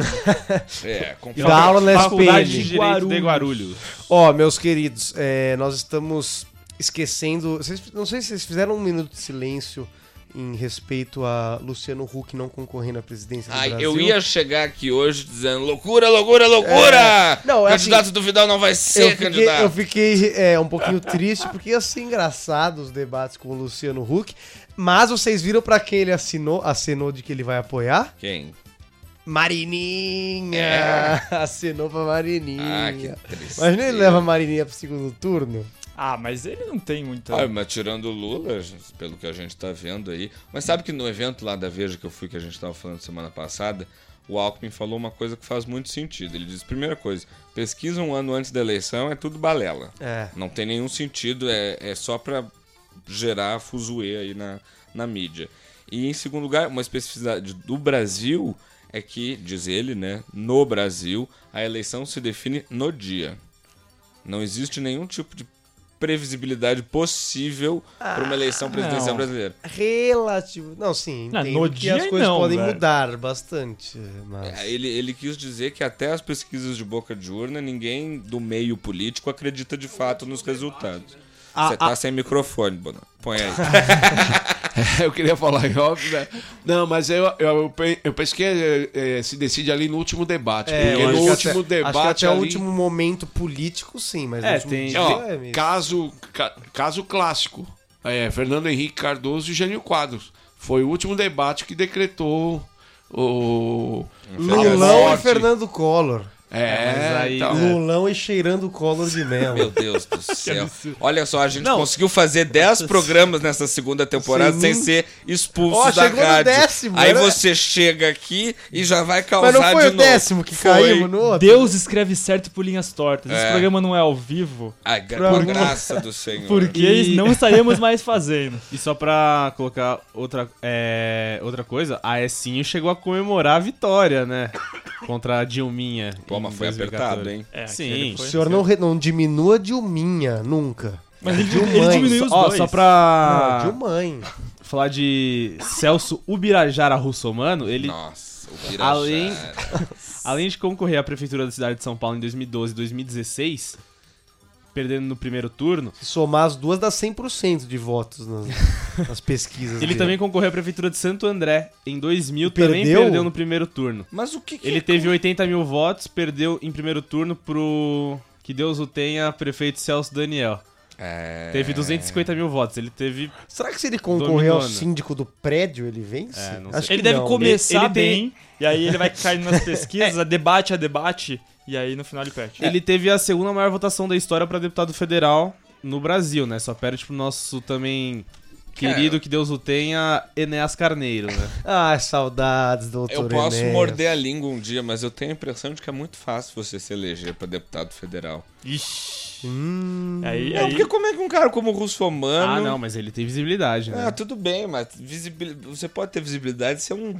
É,
E
complicado.
dá aula na
faculdade de
SPM.
direito de Guarulhos.
Ó, meus queridos, é, nós estamos esquecendo. vocês- não sei se vocês fizeram um minuto de silêncio em respeito a Luciano Huck não concorrendo à presidência do
Ai,
Brasil.
eu ia chegar aqui hoje dizendo loucura, loucura, loucura!
Não, é
candidato do Vidal não vai
Eu
ser
fiquei,
candidato.
eu fiquei, é, um pouquinho triste, porque ia ser engraçado os debates com o Luciano Huck. Mas vocês viram pra quem ele assinou, assinou de que ele vai apoiar?
Quem?
Marininha! (laughs) Assinou pra Marininha.
Ah, que triste.
Mas nem leva a Marininha pro segundo turno.
Ah, mas ele não tem muita.
Ah, mas tirando o Lula, gente, pelo que a gente tá vendo aí. Mas sabe que no evento lá da Veja que eu fui, que a gente tava falando semana passada, o Alckmin falou uma coisa que faz muito sentido. Ele diz: primeira coisa, pesquisa um ano antes da eleição é tudo balela.
É.
Não tem nenhum sentido, é, é só pra gerar fuzuê aí na, na mídia. E em segundo lugar, uma especificidade do Brasil é que, diz ele, né, no Brasil, a eleição se define no dia. Não existe nenhum tipo de previsibilidade possível para uma eleição presidencial
não.
brasileira.
Relativo. Não, sim,
Ah,
entendo
no
que
dia
as coisas
não,
podem
velho.
mudar bastante. Mas...
É, Ele, ele quis dizer que até as pesquisas de boca de urna, ninguém do meio político acredita de fato nos resultados. Você tá sem microfone, Bono. Põe aí.
Eu queria falar em óbvio, né? Não, mas eu, eu, eu, pe- eu penso que é, é, se decide ali no último debate.
É, eu
porque no
acho que
último
até- acho que
debate.
até
ali-
o último momento político, sim, mas
É,
no último
tem-
dia
Ó,
é meio-
caso, ca- caso clássico. É, Fernando Henrique Cardoso e Jânio Quadros. Foi o último debate que decretou o.
Lulão e
morte.
Fernando Collor.
É,
mas aí-
então,
Lulão e cheirando o Collor de
Meu (laughs)
mel.
Deus
(laughs)
do céu. Olha só, a gente conseguiu fazer 10 programas nessa segunda temporada
Sim.
sem ser expulso
Ó,
da
chegou no
rádio.
décimo,
Aí
né?
você chega aqui e já vai causar
Mas
de
não
novo.
foi o décimo que
Foi.
caímos no outro?
Deus escreve certo por linhas tortas. Esse programa não é ao vivo.
Ai, gra-
Pra
por
alguma-
graça do Senhor.
Porque
E-
não estaremos mais fazendo.
E só pra colocar outra, é, outra coisa, a Essinho chegou a comemorar a vitória, né? Contra a Dilminha.
Pô, mas
em
foi
2014.
apertado, hein?
É,
Sim.
aquele
O
foi-
senhor não, re- não diminua Dilminha, nunca.
Mas ele,
Dilma,
ele
hein?
diminuiu os
Ó,
dois.
só pra
Não, Dilmãe.
falar de Celso Ubirajara Russomano, ele
Nossa, o Pirajá.
Além- Além de concorrer à prefeitura da cidade de São Paulo em 2012 e 2016, perdendo no primeiro turno,
Se somar as duas dá 100% de votos nas, nas pesquisas.
ele
dele.
também concorreu à prefeitura de Santo André em 2000,
E perdeu?
também perdeu no primeiro turno.
Mas o que que...
Ele teve 80 mil votos, perdeu em primeiro turno pro... Que Deus o tenha, prefeito Celso Daniel.
É...
Teve 250 mil votos, ele teve...
Será que se ele concorrer ao
Dominona.
síndico do prédio, ele vence?
É, não
Acho
Ele
que
deve
não.
começar
Ele- ele tem-
bem, e aí ele vai caindo
(laughs)
nas pesquisas, a debate a debate, e aí no final ele perde.
É.
Ele teve a segunda maior votação da história pra deputado federal no Brasil, né? Só perde pro nosso também
É.
querido, que Deus o tenha, Enéas Carneiro, né?
Ah, saudades, doutor
Eu posso
Enéas.
morder a língua um dia, mas eu tenho a impressão de que é muito fácil você se eleger pra deputado federal.
Ixi. Aí,
Hum,
É,
aí...
porque como é que um cara como o Russomano...
Ah, não, mas ele tem visibilidade, né?
Ah, tudo bem, mas visibil... você pode ter visibilidade e ser um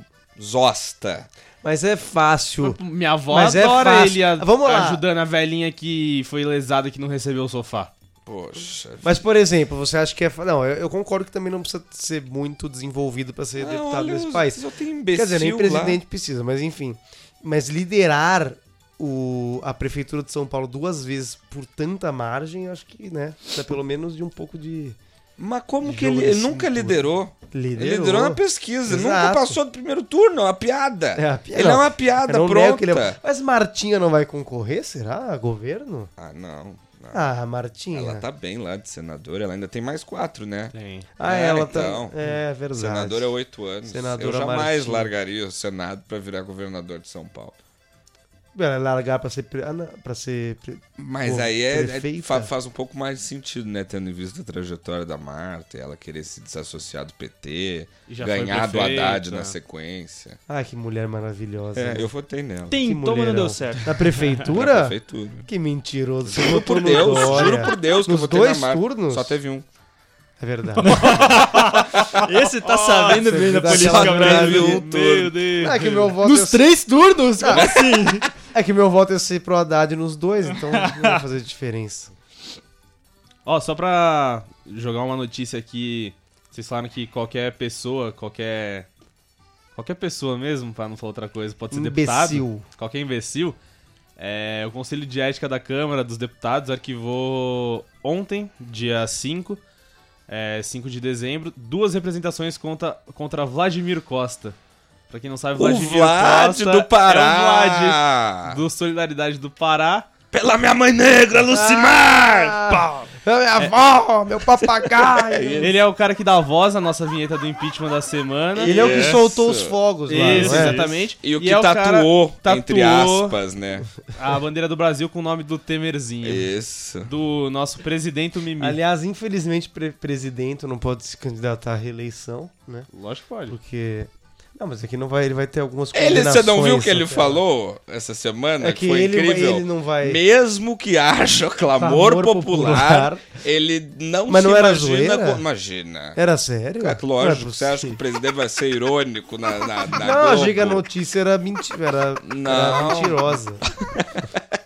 zosta.
Mas é fácil.
Minha avó
Mas é
adora
fácil.
ele a-
Vamos lá.
ajudando a velhinha que foi lesada que não recebeu o sofá.
Poxa.
Mas, por exemplo, você acha que é. fa- Não, eu, eu concordo que também não precisa ser muito desenvolvido pra
Ah,
ser deputado desse país.
Só tem imbecil
Quer dizer, nem
lá.
presidente precisa, mas enfim. Mas liderar o, a Prefeitura de São Paulo duas vezes por tanta margem, eu acho que, né? Precisa pelo menos de um pouco de.
Mas como que
Jogo
ele,
de
ele nunca
cintura.
liderou?
Liderou.
Ele liderou na pesquisa, nunca
Exato.
passou do primeiro turno, é uma piada.
É, a pi-
Ele
não,
é uma piada
Eu não nego
pronta.
que ele é- Mas Martinha não vai concorrer, será? A governo?
Ah, não. não.
Ah, Martinha.
Ela tá bem lá de senadora, ela ainda tem mais quatro, né?
Tem.
Ah,
É,
ela
então.
tá. É verdade.
Senadora é oito anos.
Senadora
Eu jamais
Martim.
largaria o Senado pra virar governador de São Paulo.
Ela é largar pra ser. pre- Ah, não, pra ser. pre-
Mas
Pô,
aí é, é-
prefeita.
fa- faz um pouco mais de sentido, né? Tendo em vista a trajetória da Marta, ela querer se desassociar do PT,
E já foi
ganhar
né? é.
do Haddad
né?
prefeita.
na sequência.
Ai, que mulher maravilhosa. né?
É, eu votei nela.
Que
Tentou, mas não
mulherão.
deu certo.
Na
(laughs) Na
prefeitura?
prefeitura.
que mentiroso. Você
Juro
votou
por
no
Deus,
Dória.
juro por Deus que
Nos
eu votei
dois
na Marta.
turnos?
Só teve um.
É verdade.
Esse
(laughs)
tá sabendo
você
bem da
dá
política
aquela
brasileira.
breve um turno.
Meu Deus.
(laughs) É que meu voto
Nos
é,
três turnos? Como assim?
(laughs) é que meu voto é ser pro Haddad nos dois, então não vai fazer diferença.
Ó, só pra jogar uma notícia aqui. Vocês falaram que qualquer pessoa, qualquer. Qualquer pessoa mesmo, pra não falar outra coisa, pode ser deputado.
Imbecil.
Qualquer imbecil. É, o Conselho de Ética da Câmara dos Deputados arquivou ontem, dia 5, é, 5 de dezembro, duas representações contra, contra Vladimir Costa. Pra quem não sabe,
O
Vladimir
Vlad
Costa
do
é
Pará.
o Vlad do Solidariedade do Pará.
Pela minha mãe negra, Lucimar!
Ah!
É.
minha avó, meu papagaio.
Ele é o cara que dá voz à nossa vinheta do impeachment da semana.
Ele é o que
Isso.
soltou os fogos lá,
Isso,
não é?
exatamente.
E o que
é cara-
tatuou,
tatuou
entre aspas, né?
a bandeira do Brasil com o nome do Temerzinho.
É. Isso.
Do nosso presidente o Mimi.
Aliás, infelizmente, pre presidente não pode se candidatar à reeleição, né?
Lógico que pode.
Porque... Não, mas aqui não vai, ele vai ter algumas
Ele, você não viu o
condenações,
que ele
cara.
falou essa semana?
É que
foi
ele,
incrível.
ele não vai...
Mesmo que haja clamor,
Clamor
popular,
popular.
ele não
Mas
se
não era
imagina.
zoeira?
co- Imagina.
Era sério?
É que
Não é
lógico, você acha que o
possível.
presidente vai ser irônico na. na, na
(laughs) Não, achei
Globo?
que a notícia era, menti era, era
Não.
mentirosa.
(laughs)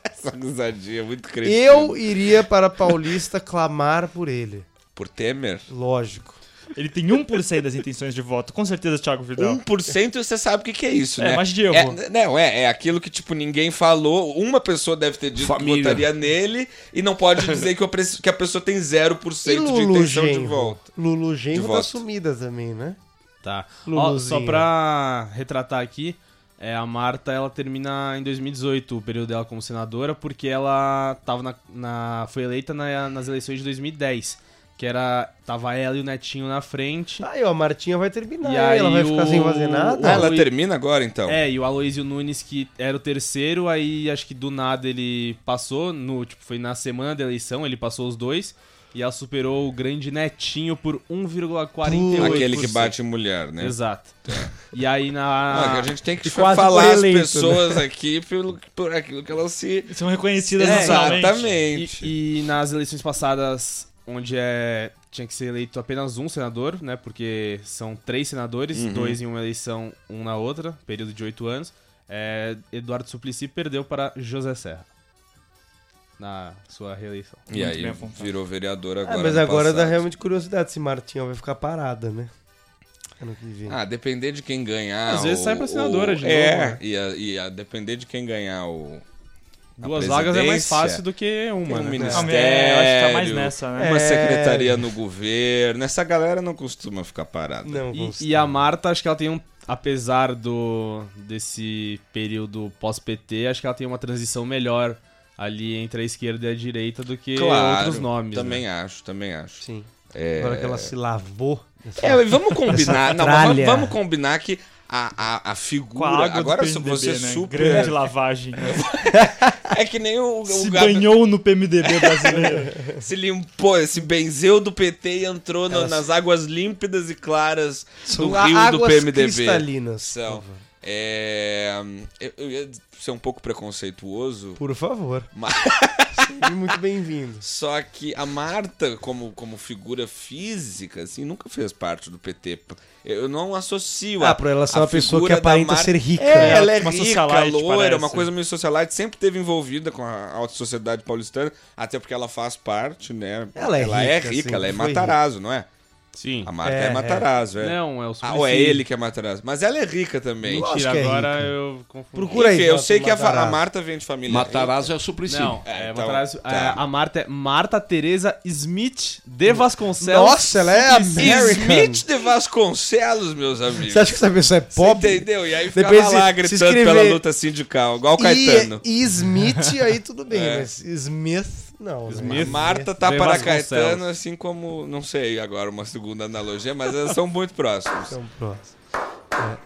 Essa risadinha é muito cretino.
Eu iria para Paulista clamar por ele.
Por Temer.
Lógico.
Ele tem 1% das intenções de voto. Com certeza, Thiago Vidal.
1% você sabe o que, que é isso,
É,
né?
mas de erro.
É, não, é, é aquilo que, tipo, ninguém falou. Uma pessoa deve ter dito
Família.
que votaria nele e não pode dizer que, eu preci- que a pessoa tem 0%
E
de
Lulu
intenção de
Genro?
volta.
Lulu
De
Genro tá
voto.
sumida também, né?
Tá. Ó,
Luluzinho.
só pra retratar aqui, é, a Marta ela termina em 2018 o período dela como senadora, porque ela tava na, na- foi eleita na- nas eleições de 2010. Que era. Tava ela e o Netinho na frente.
Aí, Ah, ó, a Martinha vai terminar.
E
E ela
aí
vai ficar sem fazer
o-
nada.
Ah, ela
Oi.
termina agora, então?
É, e o Aloysio Nunes, que era o terceiro, aí acho que do nada ele passou, no, tipo, foi na semana da eleição, ele passou os dois, e ela superou o grande netinho por 1,48%.
Aquele que bate em mulher, né?
Exato. E aí
Ah,
na.
a gente tem que
E quase
falar
foi
as
eleito, né?
pessoas aqui pelo, por aquilo que elas se.
São reconhecidas
É,
nacionalmente.
exatamente.
E, e nas eleições passadas, onde é, tinha que ser eleito apenas um senador, né? Porque são três senadores,
Uhum.
dois em uma eleição, um na outra, período de oito anos. é, Eduardo Suplicy perdeu para José Serra na sua reeleição.
E aí
bem apontado.
virou vereador
Ah,
agora.
mas
no
agora dá
passado.
realmente curiosidade se Martinha vai ficar parada, né? Ano que vem.
Ah, depender de quem ganhar.
Às vezes
o-
sai pra senadora
o-
de
É,
novo, né?
e, a, e a depender de quem ganhar o. a
Duas vagas é mais
presidência,
fácil do que uma,
tem um
né?
Ah,
ministério.
é, eu acho que tá mais nessa, né?
Uma
É.
secretaria no governo. Essa galera não costuma ficar parada.
não,
E,
Gonçalo.
e a Marta, acho que ela tem um. Apesar do desse período pós-PT, acho que ela tem uma transição melhor ali entre a esquerda e a direita do que
Claro,
outros nomes.
Também
né?
acho, também acho.
Sim.
É...
Agora que ela se lavou. essa-
É, e vamos combinar. não, mas vamos,
tralha.
vamos combinar que a, a, a
Com
figura.
a água
agora
do
se
PMDB,
você
né?
super.
Grande
(laughs)
lavagem.
É que nem o,
Se
o Gabi
banhou no
(laughs)
PMDB brasileiro.
se limpou, se benzeu do PT e entrou no-
Ela-
nas águas límpidas e claras do
Lá,
rio do
águas
PMDB.
cristalinas.
São. É, eu, eu ia ser um pouco preconceituoso,
Por favor.
Mas-
Seja muito
(laughs)
bem-vindo.
só que a Marta, como, como figura física, assim, nunca fez parte do PT. Eu não associo a
Ah, pra ela ser
a
uma pessoa que
figura da
aparenta
Mar-
ser rica.
É,
né?
ela é
Uma
rica,
socialite,
loira,
parece.
uma coisa meio socialite, sempre teve envolvida com a alta sociedade paulistana, até porque ela faz parte, né?
Ela é
ela
rica,
é rica,
sempre
ela é
foi
Matarazzo, não é?
Sim.
A Marta
É,
é,
é.
Matarazzo, é.
Não, é o
Ah, ou é ele que é Matarazzo. Mas ela é rica também.
Lógico
Mentira,
que é
agora
rico.
eu confundi.
Procura aí,
Enfim, eu
Jonathan
sei que a, fa- a
Matarazzo.
Marta vem de família
Matarazzo é o Suplicy.
Não,
É,
é,
então,
Matarazzo-
tá.
é, a Marta é Marta Teresa Smith de Vasconcelos.
Nossa, ela é
rica.
American.
Smith de Vasconcelos, meus amigos.
Você acha que essa pessoa é
Você
pobre?
entendeu? E aí ficava
Depois se-
lá
se
gritando
escrever-
pela luta sindical, igual o Caetano.
E, e
(laughs)
Smith, aí tudo bem,
É.
mas Smith, não. né?
Smith.
A Marta tá
De
para
Vasconcelos.
Caetano, assim como, não sei agora uma segunda analogia, mas elas são muito próximas.
Então, próximo. É.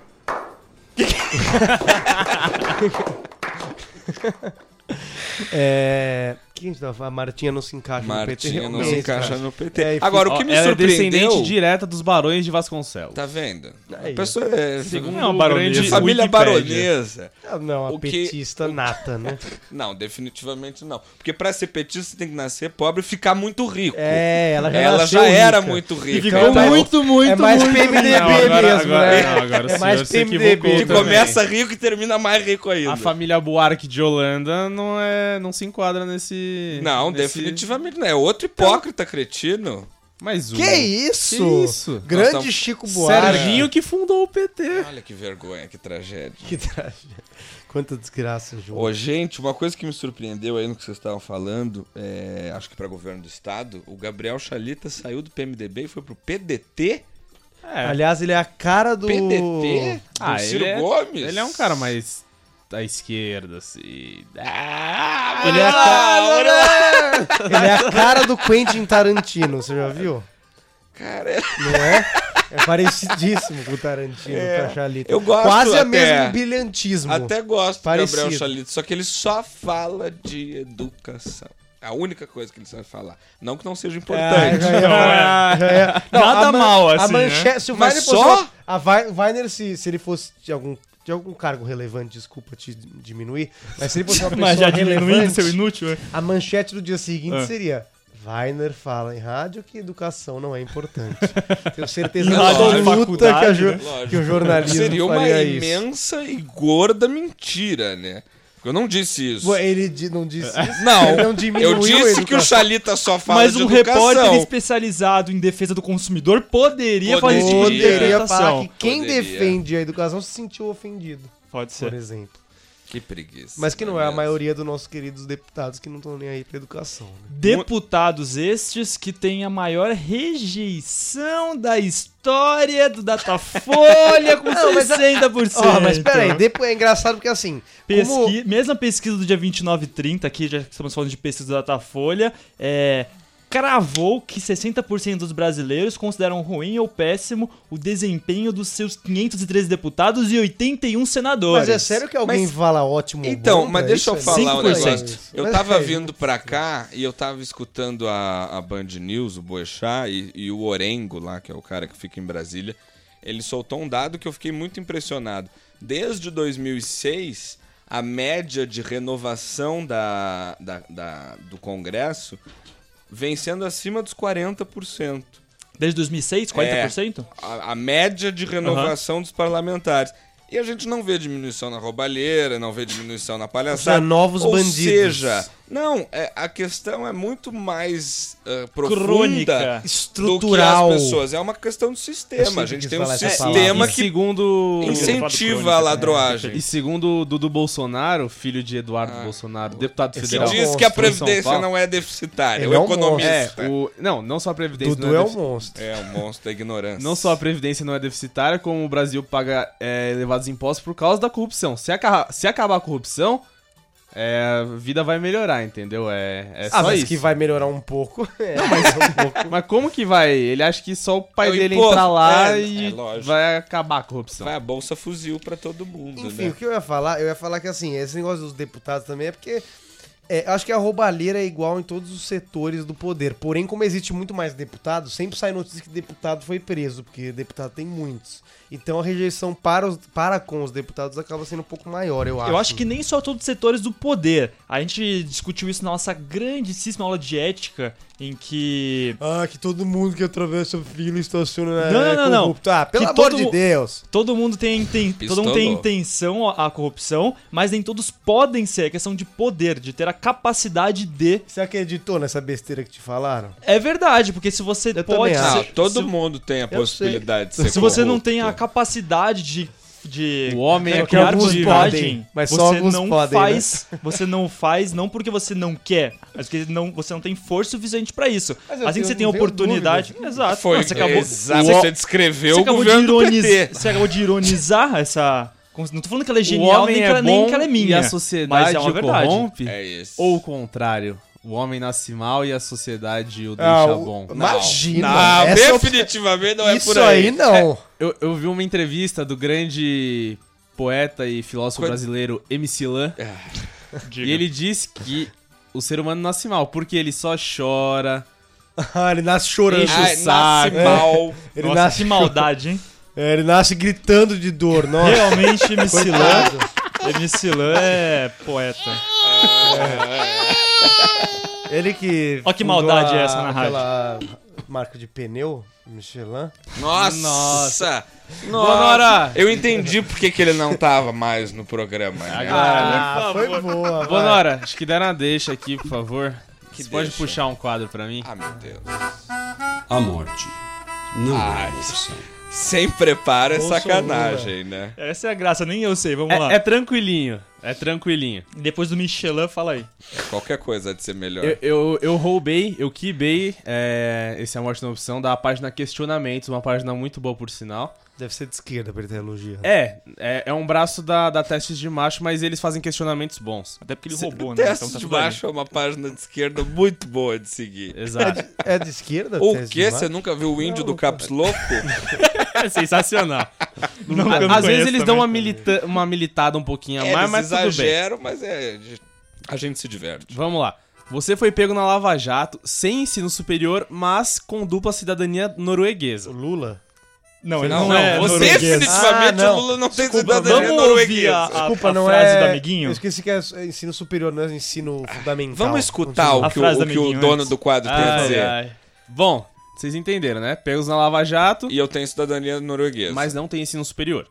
(laughs) É... O que a gente tava falando? A Martinha não se encaixa no PT.
Martinha não
realmente,
se encaixa
cara.
no PT.
É, isso.
Agora, o que me
ela é
surpreendeu...
descendente direta dos barões de Vasconcelos.
Tá vendo?
Aí.
A pessoa é...
Segundo
Não,
o
baronesa.
grande
Família
Wikipédia.
baronesa.
Ah, Não, a
O que-
petista nata,
(laughs)
né?
Não, definitivamente não. Porque pra ser petista, você tem que nascer pobre e ficar muito rico.
É, ela já
Ela
nasceu
já era
rica.
muito
E
rica.
ficou
Então,
muito, muito,
É mais
muito.
PMDB
Não, agora,
mesmo,
agora,
né?
não, agora o
É
senhor
mais
se
PMDB.
equivocou
Que
Que
também.
começa rico e termina mais rico ainda.
A família Buarque de Holanda não, é, não se enquadra nesse...
Não,
nesse-
definitivamente não. É outro
Então-
hipócrita, cretino.
Mais um.
Que isso?
Que isso?
Grande
Nossa,
Chico Buarque.
Serginho que fundou o PT.
Olha que vergonha, que tragédia.
Que tragédia. Quanta desgraça, João.
Ô, gente, uma coisa que me surpreendeu aí no que vocês estavam falando, é, acho que pra governo do estado, o Gabriel Chalita saiu do PMDB e foi pro PDT?
É.
Aliás, ele é a cara do...
PDT? Do
Ah,
Ciro
ele é-
Gomes?
Ele é um cara mais à esquerda, assim. Ah,
Ele é, a ca- ele é a cara do Quentin Tarantino, você já viu?
Cara,
Não é? É parecidíssimo com o Tarantino, com a Chalita.
É. eu gosto
Quase a
até.
mesmo
Hum,
brilhantismo.
até gosto do
Parecido.
Gabriel Chalita, só que ele só fala de educação. É A única coisa que ele sabe falar. Não que não seja
Ah,
importante.
já é, já é. Não,
Nada
a man-
mal, assim,
A manchete, se o
Mas
Weiner
só?
fosse. A Vi- Weiner, se, se ele fosse de algum, de algum cargo relevante, desculpa te diminuir, mas se ele fosse uma pessoa
Mas já diminuindo
relevante,
seu inútil, é?
a manchete do dia seguinte
Ah.
seria. Weiner fala em rádio que educação não é
(laughs)
importante. Tenho certeza
Em rádio de
absoluta que, a
faculdade,
jo-
né?
Lógico.
que o jornalismo
Seria uma
faria isso.
imensa e gorda mentira, né? Porque eu não disse isso.
Ué, Ele di- não disse
É.
isso.
Não,
Ele não diminuiu
eu disse
a
que
educação.
o Chalita só fala
Mas
de
um
educação.
repórter especializado em defesa do consumidor poderia, fazer esse tipo de
Poderia.
Poderia falar
interpretação.
que quem
Poderia.
defende a educação se sentiu ofendido,
Pode
por
ser.
exemplo.
Que preguiça.
Mas que não
né,
é a
mesmo?
maioria dos nossos queridos deputados que não estão nem aí pra educação. Né?
Deputados estes que têm a maior rejeição da história do
(laughs)
Datafolha com 60%.
Ó, mas
então.
peraí, depois é engraçado porque assim.
Pesqui...
Como...
Mesma pesquisa do dia 29 e 30, aqui já que estamos falando de pesquisa da Datafolha, é, cravou que 60% dos brasileiros consideram ruim ou péssimo o desempenho dos seus 513 deputados e 81 senadores.
Mas é sério que alguém
Mas-
fala ótimo ou
Então,
bom
mas
pra
deixa eu
é isso?
falar um
5%.
negócio. Eu
Mas
tava
é isso.
vindo pra cá e eu tava escutando a, a Band News, o Boechat e, e o Orengo lá, que é o cara que fica em Brasília. Ele soltou um dado que eu fiquei muito impressionado. Desde 2006, a média de renovação da, da- da- do Congresso vem sendo acima dos 40%.
Desde 2006, 40%?
a, a média de renovação dos parlamentares. E a gente não vê diminuição na roubalheira, não vê diminuição na
Ou
palhaçada.
seja, novos
Ou
bandidos.
seja, não, é, a questão é muito mais eh, profunda
Crônica.
Estrutural.
do que as pessoas. É uma questão do sistema. A
sempre
gente
quis
tem um
falar essa
sistema
palavra.
e
que
segundo...
incentiva a
E
ladroagem.
segundo o Dudu Bolsonaro, filho de Eduardo Bolsonaro, deputado
Que
federal.
Ah. diz que
monstro
a
em São
Previdência
Paulo.
não é deficitária, é
Ele
o
é um
economista.
É, o, não, não só a Previdência.
Dudu é
não
um
defici-
monstro.
É, o monstro da ignorância.
Não só a Previdência não é deficitária, como o Brasil paga é, elevados impostos por causa da corrupção. Se, aca- se acabar a corrupção, é, a vida vai melhorar, entendeu? É, é só
ah, mas
isso.
que vai melhorar um (laughs) pouco. Não, mas um (laughs)
Mas como que vai? Ele acha que só o pai
É o
dele
imposto.
entrar lá
É, é
e
lógico.
vai acabar a corrupção.
Vai a bolsa fuzil pra todo mundo,
Enfim,
né?
o que eu ia falar? Eu ia falar que assim, esse negócio dos deputados também é porque. é, eu acho que a roubalheira é igual em todos os setores do poder. Porém, como existe muito mais deputado, sempre sai notícia que deputado foi preso, porque deputado tem muitos. Então a rejeição para, os- para com os deputados acaba sendo um pouco maior, eu acho.
Eu acho que nem só todos os setores do poder. A gente discutiu isso na nossa grandíssima aula de ética, em que
Ah, que todo mundo que atravessa a fila estaciona
Não, não, não, não.
corrupto. Ah, pelo
Que
amor
todo
de
mu-
Deus.
todo mundo tem, inten- todo mundo tem
Pistolou.
intenção à à corrupção, mas nem todos podem ser. É questão de poder, de ter a capacidade de.
Você acreditou nessa besteira que te falaram?
É verdade, porque se você
Eu
pode.
também
ser-
Não,
acho.
Ah, todo
se-
mundo tem a
sei.
possibilidade de
Se,
ser
você não tem a
corrupto.
capacidade de. De
O homem é
de criar
corrupto.
vantagem,
Mas
você
só alguns
não
podem, né?
faz, você não faz não porque você não quer, mas porque não, você não tem força suficiente pra isso.
Mas eu
assim que
tenho-
você
um
tem
não tenho
oportunidade, exato.
Foi,
Não, você acabou,
exato,
você-
você descreveu
você
o
acabou de
governo do
ironizar,
PT.
você acabou de ironizar essa não tô falando que ela é
o
genial
homem
nem, que
é
ela, nem
bom
que ela é minha,
e a sociedade
mas é uma
o
verdade.
corrompe,
É isso.
ou o contrário. O homem nasce mal e a sociedade o deixa
o-
bom.
Não,
Imagina.
Não,
essa é o-
definitivamente não é
Isso
por aí.
aí não.
Eu, eu vi uma entrevista do grande poeta e filósofo
Quando-
brasileiro MC Lan, E ele diz que o ser humano nasce mal, porque ele só chora,
(laughs) Ah, ele nasce chorando.
Enche o
Ai, nasce
saco.
mal.
Ele
Nossa,
nasce
que maldade, hein?
(laughs) É, ele nasce gritando de dor, nossa.
Realmente,
(laughs)
MC Lan, MC Lan é poeta.
Ele que.
Ó que
fundou
maldade é essa na
aquela marca de pneu, Michelin.
Nossa! Nossa! Bonora! Eu entendi porque que ele não tava mais no programa. né?
Ah, foi boa. vai.
Bonora, acho que deram a deixa aqui, por favor. Você pode
deixa?
puxar um quadro pra mim?
Ah, meu Deus.
A morte não é
Ai.
uma opção.
Sem preparo é sacanagem, né?
Essa é a graça, nem eu sei, vamos lá.
É, é tranquilinho, é tranquilinho.
Depois do Michelin, fala aí.
Qualquer coisa há de ser melhor.
Eu, eu, eu roubei, eu quibei é, esse A Morte na Opção da página Questionamentos, uma página muito boa, por sinal.
Deve ser de esquerda pra ele ter elogio.
É, é, é um braço da, da Testes de Macho, mas eles fazem questionamentos bons.
Até porque ele roubou, né?
Teste de baixo é uma página de esquerda muito boa de seguir.
Exato.
(laughs)
É de esquerda?
O
Tese
quê?
de
Você
Mar-
nunca viu o índio do
(laughs)
Caps Louco?
É sensacional.
Não,
Às
eu não
vezes
conheço
eles
também.
dão uma, milita- uma militada um pouquinho a
É,
mais,
eles
mas tudo bem.
exageram, mas é. de- A gente se diverte.
Vamos lá. Você foi pego na Lava Jato, sem ensino superior, mas com dupla cidadania
O
norueguesa.
Lula?
Não, ele
Não,
não,
não,
é
você
norueguês.
definitivamente
Ah, não.
o Lula não tem cidadania
Vamos ouvir
norueguesa.
a, a, a
é
frase do amiguinho? Ah,
Eu esqueci que é é ensino superior, não é ensino fundamental.
Vamos escutar o
A
que, o,
frase do
o que o
amiguinho
dono
antes. Ah, é.
do quadro tem a dizer.
Bom, vocês entenderam, né? Pegos na Lava Jato,
E eu tenho cidadania norueguesa.
mas não tem ensino superior.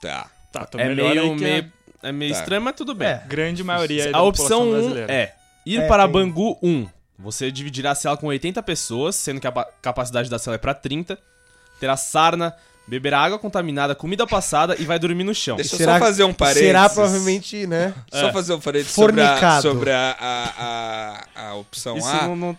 Tá.
Tá, tô
é,
melhor
meio,
aí que
meio, é meio
Tá.
estranho, mas tudo bem.
É.
a grande maioria aí da
A opção
população
1
(laughs) brasileira.
é ir
É,
para
tem-
Bangu 1. Você dividirá a cela com 80 pessoas, sendo que a pa- capacidade da cela é pra 30. Terá sarna, beberá água contaminada, comida passada e vai dormir no chão.
Deixa eu só fazer um parênteses.
Será provavelmente, né?
É.
Só fazer um parênteses sobre a,
Fornicado.
sobre a, a, a, a opção
Isso
A.
não, não-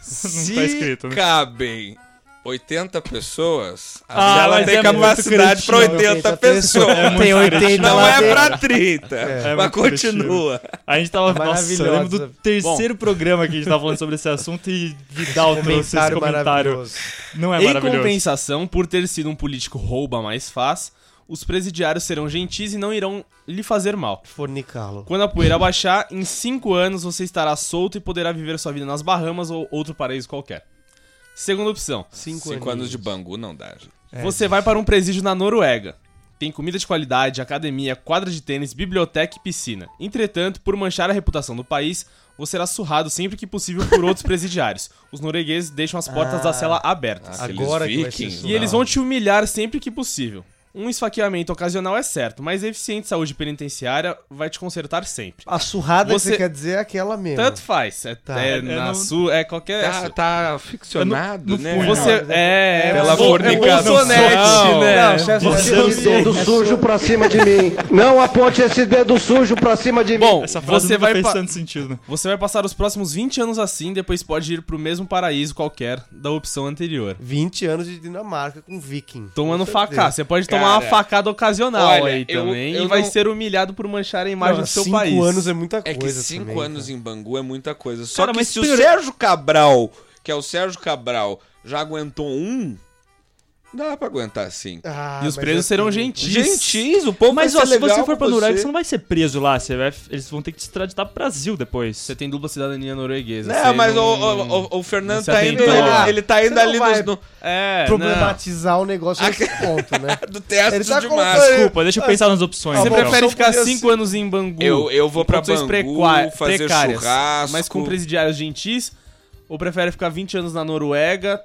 Se
tá escrito, né?
cabem 80 pessoas,
Ah,
a cela
mas
tem
é muito
capacidade pra 80, pessoas.
Tem 80
Não
lá
é
dentro.
pra 30,
É
mas
muito curativo.
continua.
A gente tava. Nossa,
Maravilhosa.
eu lembro do terceiro programa que a gente tava falando sobre esse assunto e Vidal trouxe esse
Comentário
comentário.
maravilhoso.
Não é
Em
maravilhoso.
compensação, por ter sido um político rouba mais faz, os presidiários serão gentis e não irão lhe fazer mal.
Fornicá-lo.
Quando a poeira baixar, em 5 anos você estará solto e poderá viver sua vida nas Bahamas ou outro paraíso qualquer. Segunda opção.
5
5 anos de Bangu não dá, gente.
É,
Você vai para um presídio na Noruega. Tem comida de qualidade, academia, quadra de tênis, biblioteca e piscina. Entretanto, por manchar a reputação do país, você será surrado sempre que possível por
(laughs)
outros presidiários. Os noruegueses deixam as portas da cela abertas.
Aqueles
Ah, Agora que vai ser
vikings.
isso.
E eles
Não.
vão te humilhar sempre que possível. Um esfaqueamento ocasional é certo, mas a eficiente saúde penitenciária vai te consertar sempre.
A surrada que
Você-
você quer dizer é aquela mesmo.
Tanto faz, é,
Tá.
é
É
na
no-
sua, é qualquer.
Tá, tá ficcionado, né?
Você é, é
Pela
Bol-
fornicação.
É Bolsonete, né?
Você
Esse dedo sujo pra cima de
(laughs)
mim. Não aponte esse dedo sujo pra cima de mim.
Bom,
Essa frase
você
não
vai
fez
pa-
tanto sentido. né?
Você vai passar os próximos 20 anos assim, depois pode ir pro mesmo paraíso qualquer da opção anterior.
20 anos de Dinamarca com viking.
Tomando
Com certeza.
facada. Você pode tomar uma
Cara,
facada ocasional
olha,
aí
eu-
também
eu
e vai
não-
ser humilhado por manchar a imagem
Não,
do seu
cinco
país.
anos é muita
É
coisa.
que cinco
também,
anos
cara.
em Bangu é muita coisa. Só
Cara,
que
mas
se o
primeiro-
Sérgio Cabral, que é o Sérgio Cabral, já aguentou um, dá pra aguentar cinco.
Ah,
E os
mas
presos
é
serão
assim,
gentis.
Gentis, o povo
Mas
vai
ó,
ser
se
é legal
você for pra
com
Noruega, você
você
não vai ser preso lá. Você vai, eles vão ter que te extraditar pro Brasil depois.
Você tem dupla cidadania norueguesa.
Não,
você
mas
não-
o, o- o- o Fernando
se
tá indo,
atentou.
ele, ele tá indo
Você não
ali
vai-
nos, no,
É, não.
Problematizar o negócio
(laughs)
nesse ponto, né?
do teste
Ele tá
de
com-
máscara.
Desculpa, deixa eu pensar nas opções.
Você
então.
prefere
opção
ficar
podia
5 anos em Bangu?
Eu, eu vou
com
pra
opções
Bangu,
precua-
fazer
precárias,
churrasco.
Mas com presidiários gentis? Ou prefere ficar 20 anos na Noruega?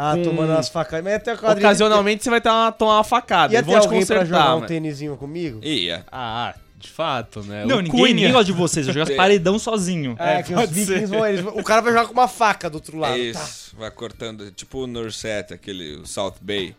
Ah, tomando umas facadas. Mas até a quadrilha.
Ocasionalmente você vai ter uma- tomar uma facada.
Ia
e
ter
vão te
alguém pra
consertar. né?
jogar um
mas-
tênisinho comigo?
Ia.
Ah, de fato, né?
Não,
O
ninguém,
Cunha-
ninguém gosta de vocês. Eu jogo
É.
paredão sozinho.
É, que os vikings vão. Eles, vão- o cara vai jogar com uma faca do outro lado.
É
tá?
isso, vai cortando, tipo o Norset, aquele o South Bay,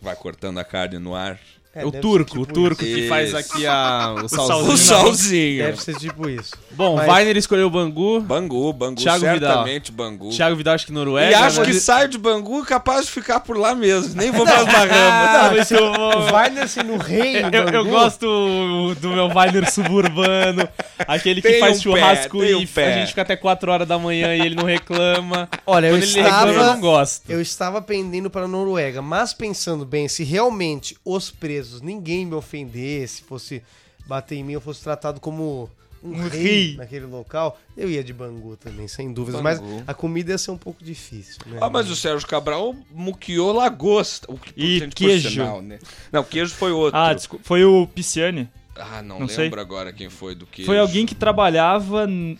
vai cortando a carne no ar.
É,
o
deve ser
turco,
tipo
o turco
isso.
que faz aqui a, o
(laughs) O
salzinho.
salzinho.
solzinho.
Deve ser tipo isso.
Bom,
Mas-
Weiner escolheu Bangu.
Bangu, Bangu,
Thiago
certamente Bangu.
Thiago Vidal acho que Noruega.
E acho
né?
que saio de Bangu é capaz de ficar por lá mesmo, nem vou pras Bahamas.
Ah, mas eu, vou-
O Wagner, assim, no reino.
eu, eu
Bangu,
gosto (laughs) do meu Weiner suburbano, aquele que
Tem
faz
um
churrasco
pé, tem um
e
pé.
a gente fica até 4 horas da manhã e ele não reclama.
Olha, eu
Quando ele
estava-
reclama, eu não gosto.
Eu estava pendendo para a Noruega, mas pensando bem, se realmente os presos, ninguém me ofendesse, fosse bater em mim, eu fosse tratado como um,
Um
rei,
rei.
naquele local, eu ia de Bangu também, sem dúvidas. Mas
Bangu.
a comida ia ser um pouco difícil, né?
Ah, mas o Sérgio Cabral muqueou lagosta. O que-
E
por
queijo.
né? Não, queijo foi outro.
Ah, desculpa. Foi o Pisciani.
Ah, não,
não
lembro
sei.
agora quem foi do queijo.
Foi alguém que trabalhava. n-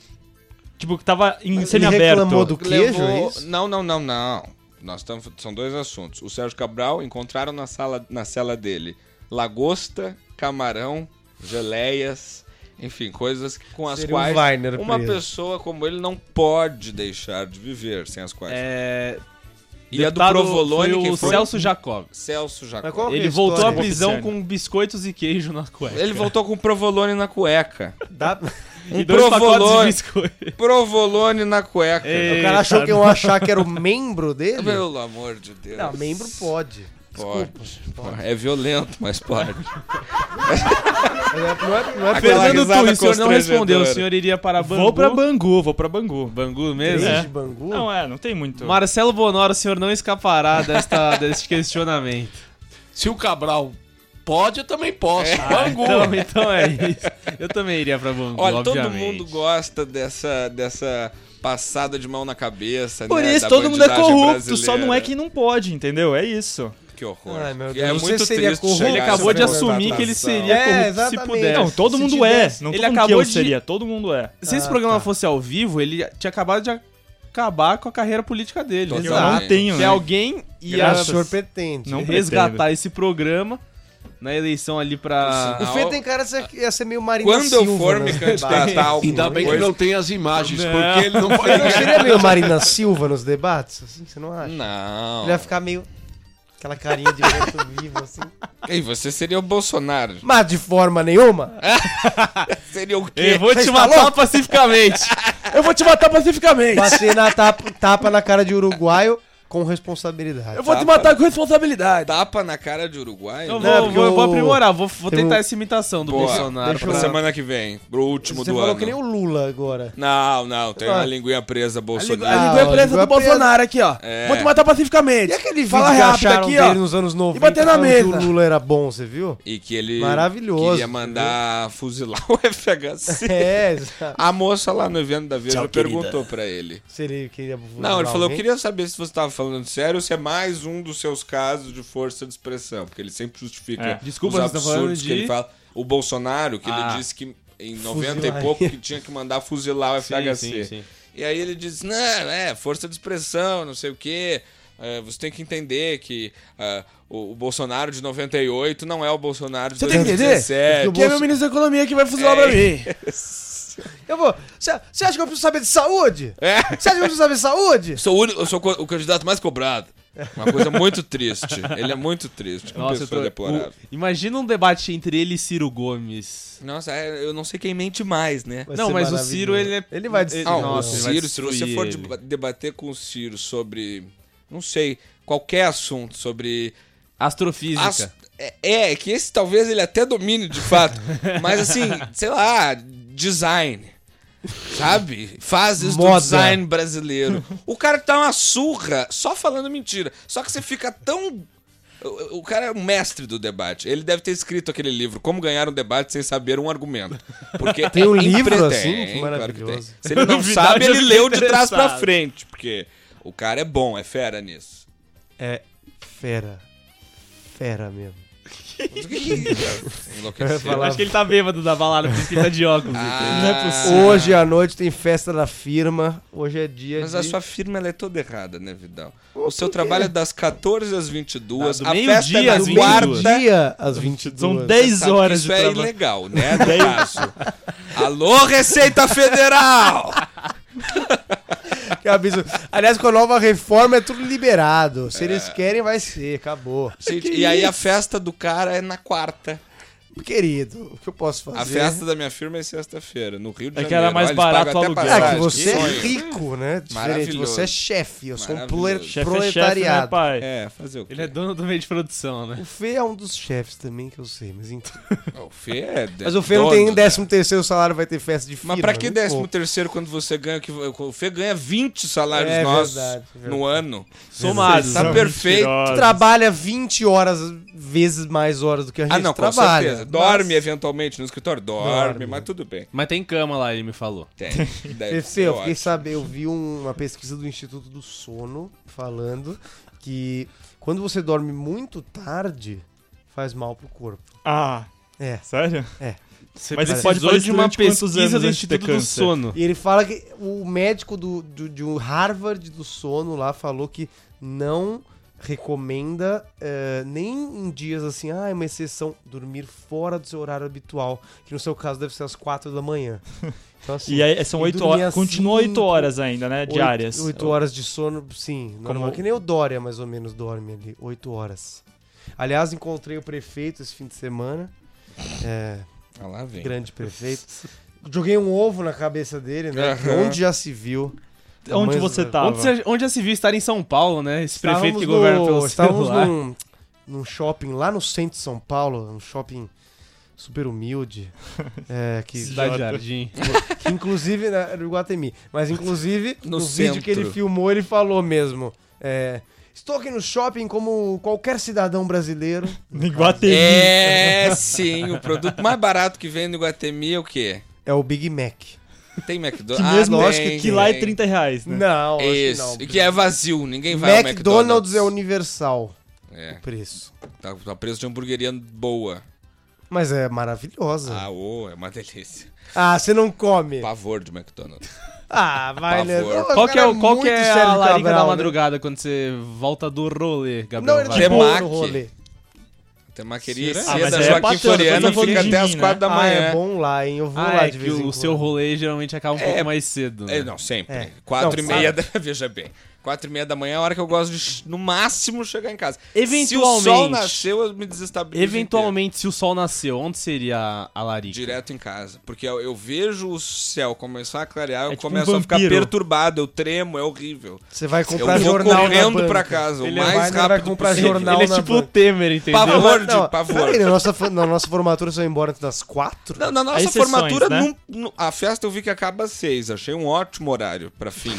Tipo, que tava em
Ele reclamou
semiaberto.
do
que
queijo, é
levou-
isso?
Não, não, não, não. Nós estamos são dois assuntos. O Sérgio Cabral encontraram na sala na cela dele lagosta, camarão, geleias, enfim, coisas com as
Seria um
quais
Weiner
uma
preso.
pessoa como ele não pode deixar de viver sem as quais.
É,
e a do
deputado
Provolone
foi
quem
o
foi?
Celso Jacob.
Celso Jacó.
Mas qual que é
Ele
a
voltou à
história?
prisão
Luciano.
com biscoitos e queijo na cueca.
Ele voltou com o provolone
(laughs)
na cueca. (laughs)
Dá-
Um
Dois pacotes de
provolone,
biscoito.
provolone na cueca.
O cara achou que eu achar que era o membro dele?
Pelo amor de Deus.
Não, membro pode.
pode. pode. É violento, mas pode.
Não é, não é- não é
Aquela
Fernando Tui, o senhor
tá risada
não
constrangedora.
respondeu. O senhor iria para Bangu.
Vou pra Bangu, vou pra Bangu.
Bangu mesmo?
peixe
É.
de Bangu?
Não, é, não tem muito.
Marcelo Bonoro, o senhor não escapará desta, (laughs) deste questionamento.
Se o Cabral pode, eu também posso. Bangu.
Então, então é isso. Eu também iria pra Bangu,
Olha, todo
obviamente.
mundo gosta dessa, dessa passada de mão na cabeça.
Por
né,
isso
da
todo mundo é
bandidagem
corrupto,
brasileira.
só não é quem não pode, entendeu? É isso.
Que horror.
Ai, meu
E
Deus,
é
você
muito
seria
triste
corrupto?
chegar
Ele
a essa
acabou de
constatação.
assumir que ele seria
É,
corrupto se
exatamente.
pudesse.
Não, todo
se
mundo
tivesse-
é. Não
Ele
todo mundo
acabou
que eu
de-
seria, todo mundo é.
Se esse
Ah,
programa
tá.
fosse ao vivo, ele tinha acabado de acabar com a carreira política dele. Então,
Total.
Eu
Exato.
não tenho,
Se
né?
alguém ia
Ah, o senhor pretende. (laughs)
Não
resgatar
pretendo.
esse programa na eleição ali
O
pra...
Não.
Fê tem cara de ser, ia ser meio Marina
Quando eu
Silva.
for me
nos debates.
candidatar a
Ainda
alguma
bem que
coisa...
não tem as imagens, porque ele não
Ele
vai.
não seria meio Marina Silva nos debates? Assim, você não acha?
Não.
Ele ia ficar meio... Aquela carinha de (laughs) morto vivo, assim.
Ei, você seria o Bolsonaro.
Mas de forma nenhuma.
Seria o quê?
Eu vou te
Você está
matar
louco?
pacificamente. (laughs) Eu vou te matar pacificamente.
Bater na tapa, tapa na cara de uruguaio com responsabilidade. Tá?
Eu vou te matar com responsabilidade.
Tapa na cara de Uruguai?
Eu
Não,
Tá, vou,
porque
vou- eu vou
o-
aprimorar, vou, vou
tem
tentar
o-
essa imitação do
Boa,
Bolsonaro.
deixa
Pra
eu-
semana que vem, pro último
Você
do
falou
ano.
que nem o Lula agora.
Não, não, tem
Ah.
uma linguinha presa
A
é
bolsonaro.
lingu- Ah, língua presa.
aqui, ó.
É.
matar pacificamente.
E aquele vídeo que acharam dele nos anos 90
bater na
falando
mesa.
que o Lula era bom, você viu?
E que ele
Ah. Maravilhoso,
queria mandar fuzilar o (laughs) FHC.
É, exato.
A moça lá no evento da Veja perguntou pra ele.
Se ele queria
Não, ele
fuzilar
falou, eu
alguém.
queria saber se você tava falando sério ou se é mais um dos seus casos de força de expressão, porque ele sempre justifica
É.
Desculpa,
os
vocês estão falando
absurdos que
de-
ele fala. O Bolsonaro, que
Ah.
ele disse que em 90
Fuzilar.
e pouco que tinha que mandar fuzilar o FHC.
(laughs) sim, sim.
E aí ele diz, não, é, força de expressão, não sei o quê. É, você tem que entender que ah, o, o Bolsonaro de 98 não é o Bolsonaro de
Você tem que entender
2017.
que o Bolso-
ministro da economia que vai fuzilar
É.
mim.
Eu vou. Você você acha que eu preciso saber de saúde?
É.
Você acha que eu preciso saber de saúde?
Eu sou, o, único- eu sou co- o candidato mais cobrado. Uma coisa muito triste. Ele é muito triste. Uma
(laughs) Nossa, eu
pessoa
tô...
deplorável.
o- Imagina um debate entre ele e Ciro Gomes.
Nossa, é, eu não sei quem mente mais, né?
Vai
Não,
ser
mas o
maravilhoso.
Ciro, ele é-
Ele vai
ele-
destruir.
Ah,
Nossa,
o
ele vai
Ciro, se você
destruir
for
ele.
deba- debater com o Ciro sobre, não sei, qualquer assunto, sobre...
Astrofísica.
as- é, é, que esse talvez ele até domine, de fato.
(laughs)
mas assim, sei lá, design. Sabe? Fases do
Moda.
design brasileiro. O cara tá uma surra só falando mentira. Só que você fica tão. O, o cara é um mestre do debate. Ele deve ter escrito aquele livro, Como Ganhar um Debate Sem Saber um Argumento. Porque
(laughs) Tem um livro
empre-
assim?
Tem,
Que
claro que tem.
maravilhoso.
Se ele
(laughs)
não
Novidade,
sabe,
eu
ele
fiquei
leu de trás pra
interessado.
frente. Porque o cara é bom, é fera nisso.
É fera. Fera mesmo.
Mas o que que é?
Eu ia
Enlouqueceu.
falar-
Acho que ele tá bêbado da balada, por isso que ele tá de óculos.
Ah,
entende?
é Hoje à noite tem festa da firma. Hoje é dia
Mas
de.
a sua firma ela é toda errada, né, Vidal? O seu trabalho é das 14 às 22,
Ah, do
a
meio-dia
festa é na
às
do
22.
quarta.
Guarda-
dia às 22.
São
Você
10
sabe que
horas de
Isso é
trabalho.
ilegal, né, no caso. Alô,
(laughs)
Receita Federal!
Que absurdo. Aliás, com a nova reforma é tudo liberado. Se eles
É.
querem, vai ser. Acabou.
Gente, e aí a festa do cara é na quarta.
Querido, o que eu posso fazer?
A festa da minha firma é sexta-feira, no Rio de
É
Janeiro.
que era mais
Olha, eles pagam
barato o
até
aluguel.
passagem,
É que você é
sonho.
rico, né? Diferente.
Maravilhoso.
Você é chefe. Eu sou um
Maravilhoso.
prole-
Chefe é chefe, né,
proletariado.
pai?
É, fazer o quê?
Ele é dono do meio de produção, né?
o Fê é um dos chefes também, que eu sei, mas enfim.
O Fê é de-
Mas o Fê não tem
dono,
nem 13 terceiro salário, vai ter festa de né? firma.
Mas pra que
não
13
conta.
terceiro quando você ganha... Que... O Fê ganha 20 salários
É
nossos
verdade, é verdade.
no ano.
Somados.
Tá perfeito.
Tu trabalha 20 horas, vezes mais horas do que a gente
Ah, não, com
trabalha.
certeza. Dorme
Mas-
eventualmente no escritório? Dorme,
Dorme.
mas tudo bem.
Mas tem cama lá, ele me falou.
(laughs)
Tem. é
Fefeu, eu fiquei sabendo, eu vi um- uma pesquisa do Instituto do Sono falando que quando você dorme muito tarde, faz mal pro corpo.
Ah,
É.
sério?
Você Mas
Mas ele
precisou
pode fazer isso
de uma
durante quantos anos
pesquisa do
antes de ter
Instituto do
câncer?
Sono.
E ele fala que o médico do, do- de um Harvard do sono lá falou que não recomenda eh, nem em dias assim, ah, é uma exceção, dormir fora do seu horário habitual, que no seu caso deve ser às quatro da manhã. (laughs) Então, assim,
E aí são
e
8
dormir
horas.
às
Continua 8
cinco,
horas ainda, né?
Oito-
Diárias.
Oito horas de sono, sim. Normal.
Como-
Que nem o Dória, mais ou menos, dorme ali. Oito horas. Aliás, encontrei o prefeito esse fim de semana. É,
Ah, lá vem.
grande prefeito. Joguei um ovo na cabeça dele, né? Que
Aham.
Onde já se viu.
Onde
Mas-
você tava?
Onde, você- onde já se viu estar em São Paulo, né? Esse prefeito que
Estávamos
governa
no-
pelo
Estávamos
celular.
num, num shopping lá no centro de São Paulo, um shopping super (laughs) humilde. é, que
Cidade Jardim.
Que, inclusive, né, era o Iguatemi. Mas inclusive, no,
No
vídeo que ele
centro.
filmou, ele falou mesmo. é, Estou aqui no shopping como qualquer cidadão brasileiro.
No Iguatemi.
É, sim. O produto mais barato que vem no Iguatemi é o quê?
(laughs) É o Big Mac.
Tem
Que
McDonald's.
mesmo,
ah,
acho
tem,
que, que lá é
tem.
30 reais, né?
Não, acho que
Isso.
não.
E que é vazio, ninguém vai ao
McDonald's
McDonald's.
é universal
É,
preço.
tá, tá preço de hamburgueria boa.
Mas é maravilhosa.
Ah, ô, é uma delícia.
Ah, você não come.
Pavor de McDonald's.
Ah, vai, né?
Pavor.
Ô,
Qual que é,
cara,
o- qual
muito
que é a
Sérgio
larica
Cabral,
da
né?
madrugada quando você volta do rolê, Gabriel?
Não, ele
Vai.
tá bom
Temac.
no rolê.
Tem uma queria
Será? Ah, mas
cedo,
aí é
Joaquim
patrão,
Floriano
tá falando
fica
de
até
mim,
às
né?
quatro da
Ah,
manhã.
é bom lá, hein? Eu vou
Ah,
lá
é
de
que
vez em
o
quando.
seu rolê geralmente acaba um
É,
pouco mais cedo. né?
É, não, sempre.
É.
Quatro
Não,
e meia da... (laughs) Veja bem. Quatro e meia da manhã é a hora que eu gosto de, ch- no máximo, chegar em casa. Se o sol
Eventualmente.
nasceu, eu me desestabilizo
Eventualmente, se o sol nasceu, onde seria a, a larica?
inteiro. Direto em casa. Porque eu, eu vejo o céu começar a clarear, eu
tipo um
começo a ficar
vampiro.
perturbado, eu tremo, é horrível.
Você vai
Eu
comprar
vou
jornal na
correndo
banca.
pra casa, o
Ele vai,
mais
né, vai
rápido
comprar
possível.
jornal
Ele é
na
tipo o
banca.
Temer, entendeu?
Pavor.
(laughs) Não,
de
não,
pavor.
peraí, na nossa, fa- na nossa formatura você vai embora antes das quatro?
Não, na nossa
Há exceções,
formatura,
né?
num- num- a festa eu vi que acaba às seis. Achei um ótimo horário pra fim.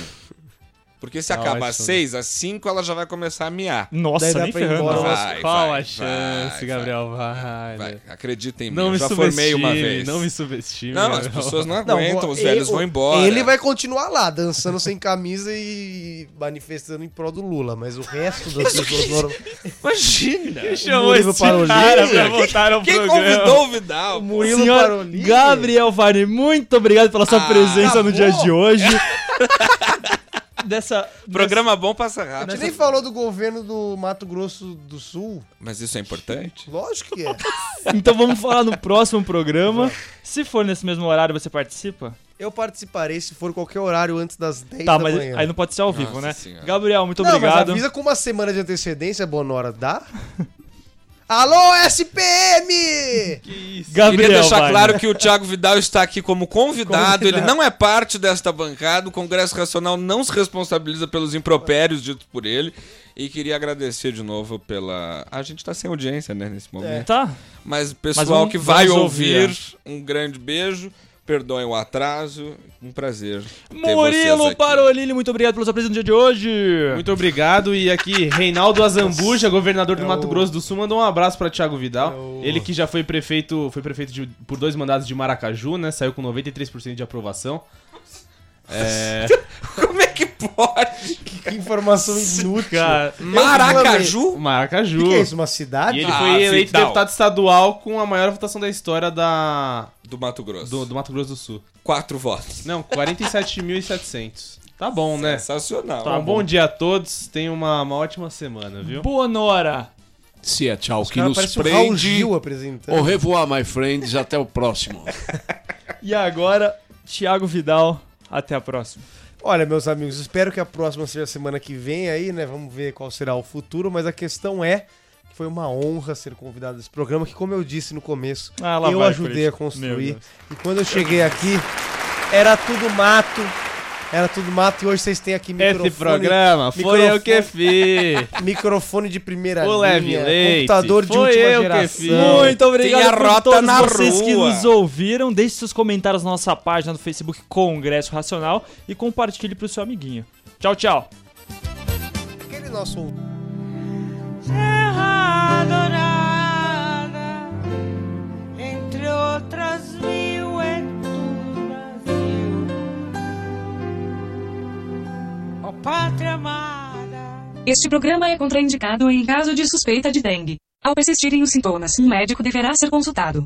Porque se
Tá
acaba às
ótimo.
seis, às cinco ela já vai começar a miar.
Nossa,
Daí dá
nem
pra ir
ferrando.
embora.
Nossa,
Vai,
Qual
vai,
a chance,
vai,
Gabriel? Vai.
Vai, acredita em mim,
Não
eu
me
já
subestime,
formei uma vez.
não me subestime.
Não, as
Gabriel.
pessoas não
Não,
aguentam,
vou-
os velhos
ele-
vão embora.
Ele vai continuar lá, dançando sem camisa e manifestando em prol do Lula, mas o resto
(laughs)
das pessoas
tá
norma-
Imagina!
Chamou
Murilo
esse
Parolin,
cara pra
velho.
voltar ao
Quem
programa.
convidou o Vidal?
O
pô?
Murilo
né, Senhor
Parolin.
Gabriel Varney, muito obrigado pela sua
Ah,
presença no
acabou?
dia de
(laughs)
hoje. Dessa.
Programa bom passa
A
rápido.
gente nem falou do governo do Mato Grosso do Sul.
Mas isso é importante?
Lógico que é.
Então vamos falar no próximo programa. Se for nesse mesmo horário, você participa?
(laughs) Eu participarei se for qualquer horário antes das 10
Tá,
da
mas
manhã.
aí não pode ser ao vivo,
Nossa
né?
Senhora.
Gabriel, muito
Não, mas
obrigado.
avisa com uma semana de antecedência, Bonora, dá? (laughs) Alô, SPM!
Tá
Gabriel,
Queria deixar
vai,
claro
né?
que o Thiago Vidal está aqui como convidado, ele não é parte desta bancada, o Congresso Racional não se responsabiliza pelos impropérios ditos por ele. E queria agradecer de novo pela. A gente tá sem audiência, né, nesse momento.
Tá.
Mas um o pessoal
vamos-
que vai
vamos
ouvir,
ouvir,
um grande beijo. Perdoem o atraso, um prazer. ter vocês
Murilo
aqui.
Parolini, muito obrigado pela sua presença no dia de hoje.
É.
Muito obrigado. E aqui, Reinaldo Azambuja, governador
É
do Mato Grosso do Sul, mandou um abraço pra Thiago Vidal. Ele que já foi prefeito, foi prefeito de- por dois mandados de Maracaju, né? Saiu com 93% de aprovação. É,
Como é que pode?
Que informação inútil.
Cara,
Maracaju?
O
Maracaju.
que, que é isso, uma cidade?
E ele
Ah,
foi eleito
Vidal.
deputado estadual com a maior votação da história da,
Do Mato Grosso.
do, do Mato Grosso do Sul.
Quatro votos.
Não, 47.700. Tá bom, né?
é Sensacional.
Então, um bom dia a todos. Tenham uma, uma ótima semana, viu?
boa Nora.
Se é tchau que
Cara,
nos
parece o Raul
prende.
Gil né? apresentando.
Au revoir, my friends. Até o próximo.
E agora, Thiago Vidal, até a próxima.
Olha, meus amigos, espero que a próxima seja semana que vem aí, né? Vamos ver qual será o futuro, mas a questão é que foi uma honra ser convidado desse programa, que como eu disse no começo,
Ah, lá
eu
vai,
ajudei a
Fred. Meu
construir.
Deus.
E quando eu cheguei aqui, era tudo mato, era tudo mato, e hoje vocês têm aqui microfone,
Esse programa foi eu que fiz.
microfone de primeira
O
linha,
Leve Leite,
computador de
foi
última
eu que fiz.
geração.
Muito
Tem a
obrigado
rota
por todos
na
vocês que
rua.
nos ouviram. Deixe seus comentários na nossa página do Facebook Congresso Racional e compartilhe pro seu amiguinho. Tchau, tchau.
Aquele nosso
Terra adorada. pátria amada.
Este programa é contraindicado em caso de suspeita de dengue. Ao persistirem os sintomas, um médico deverá ser consultado.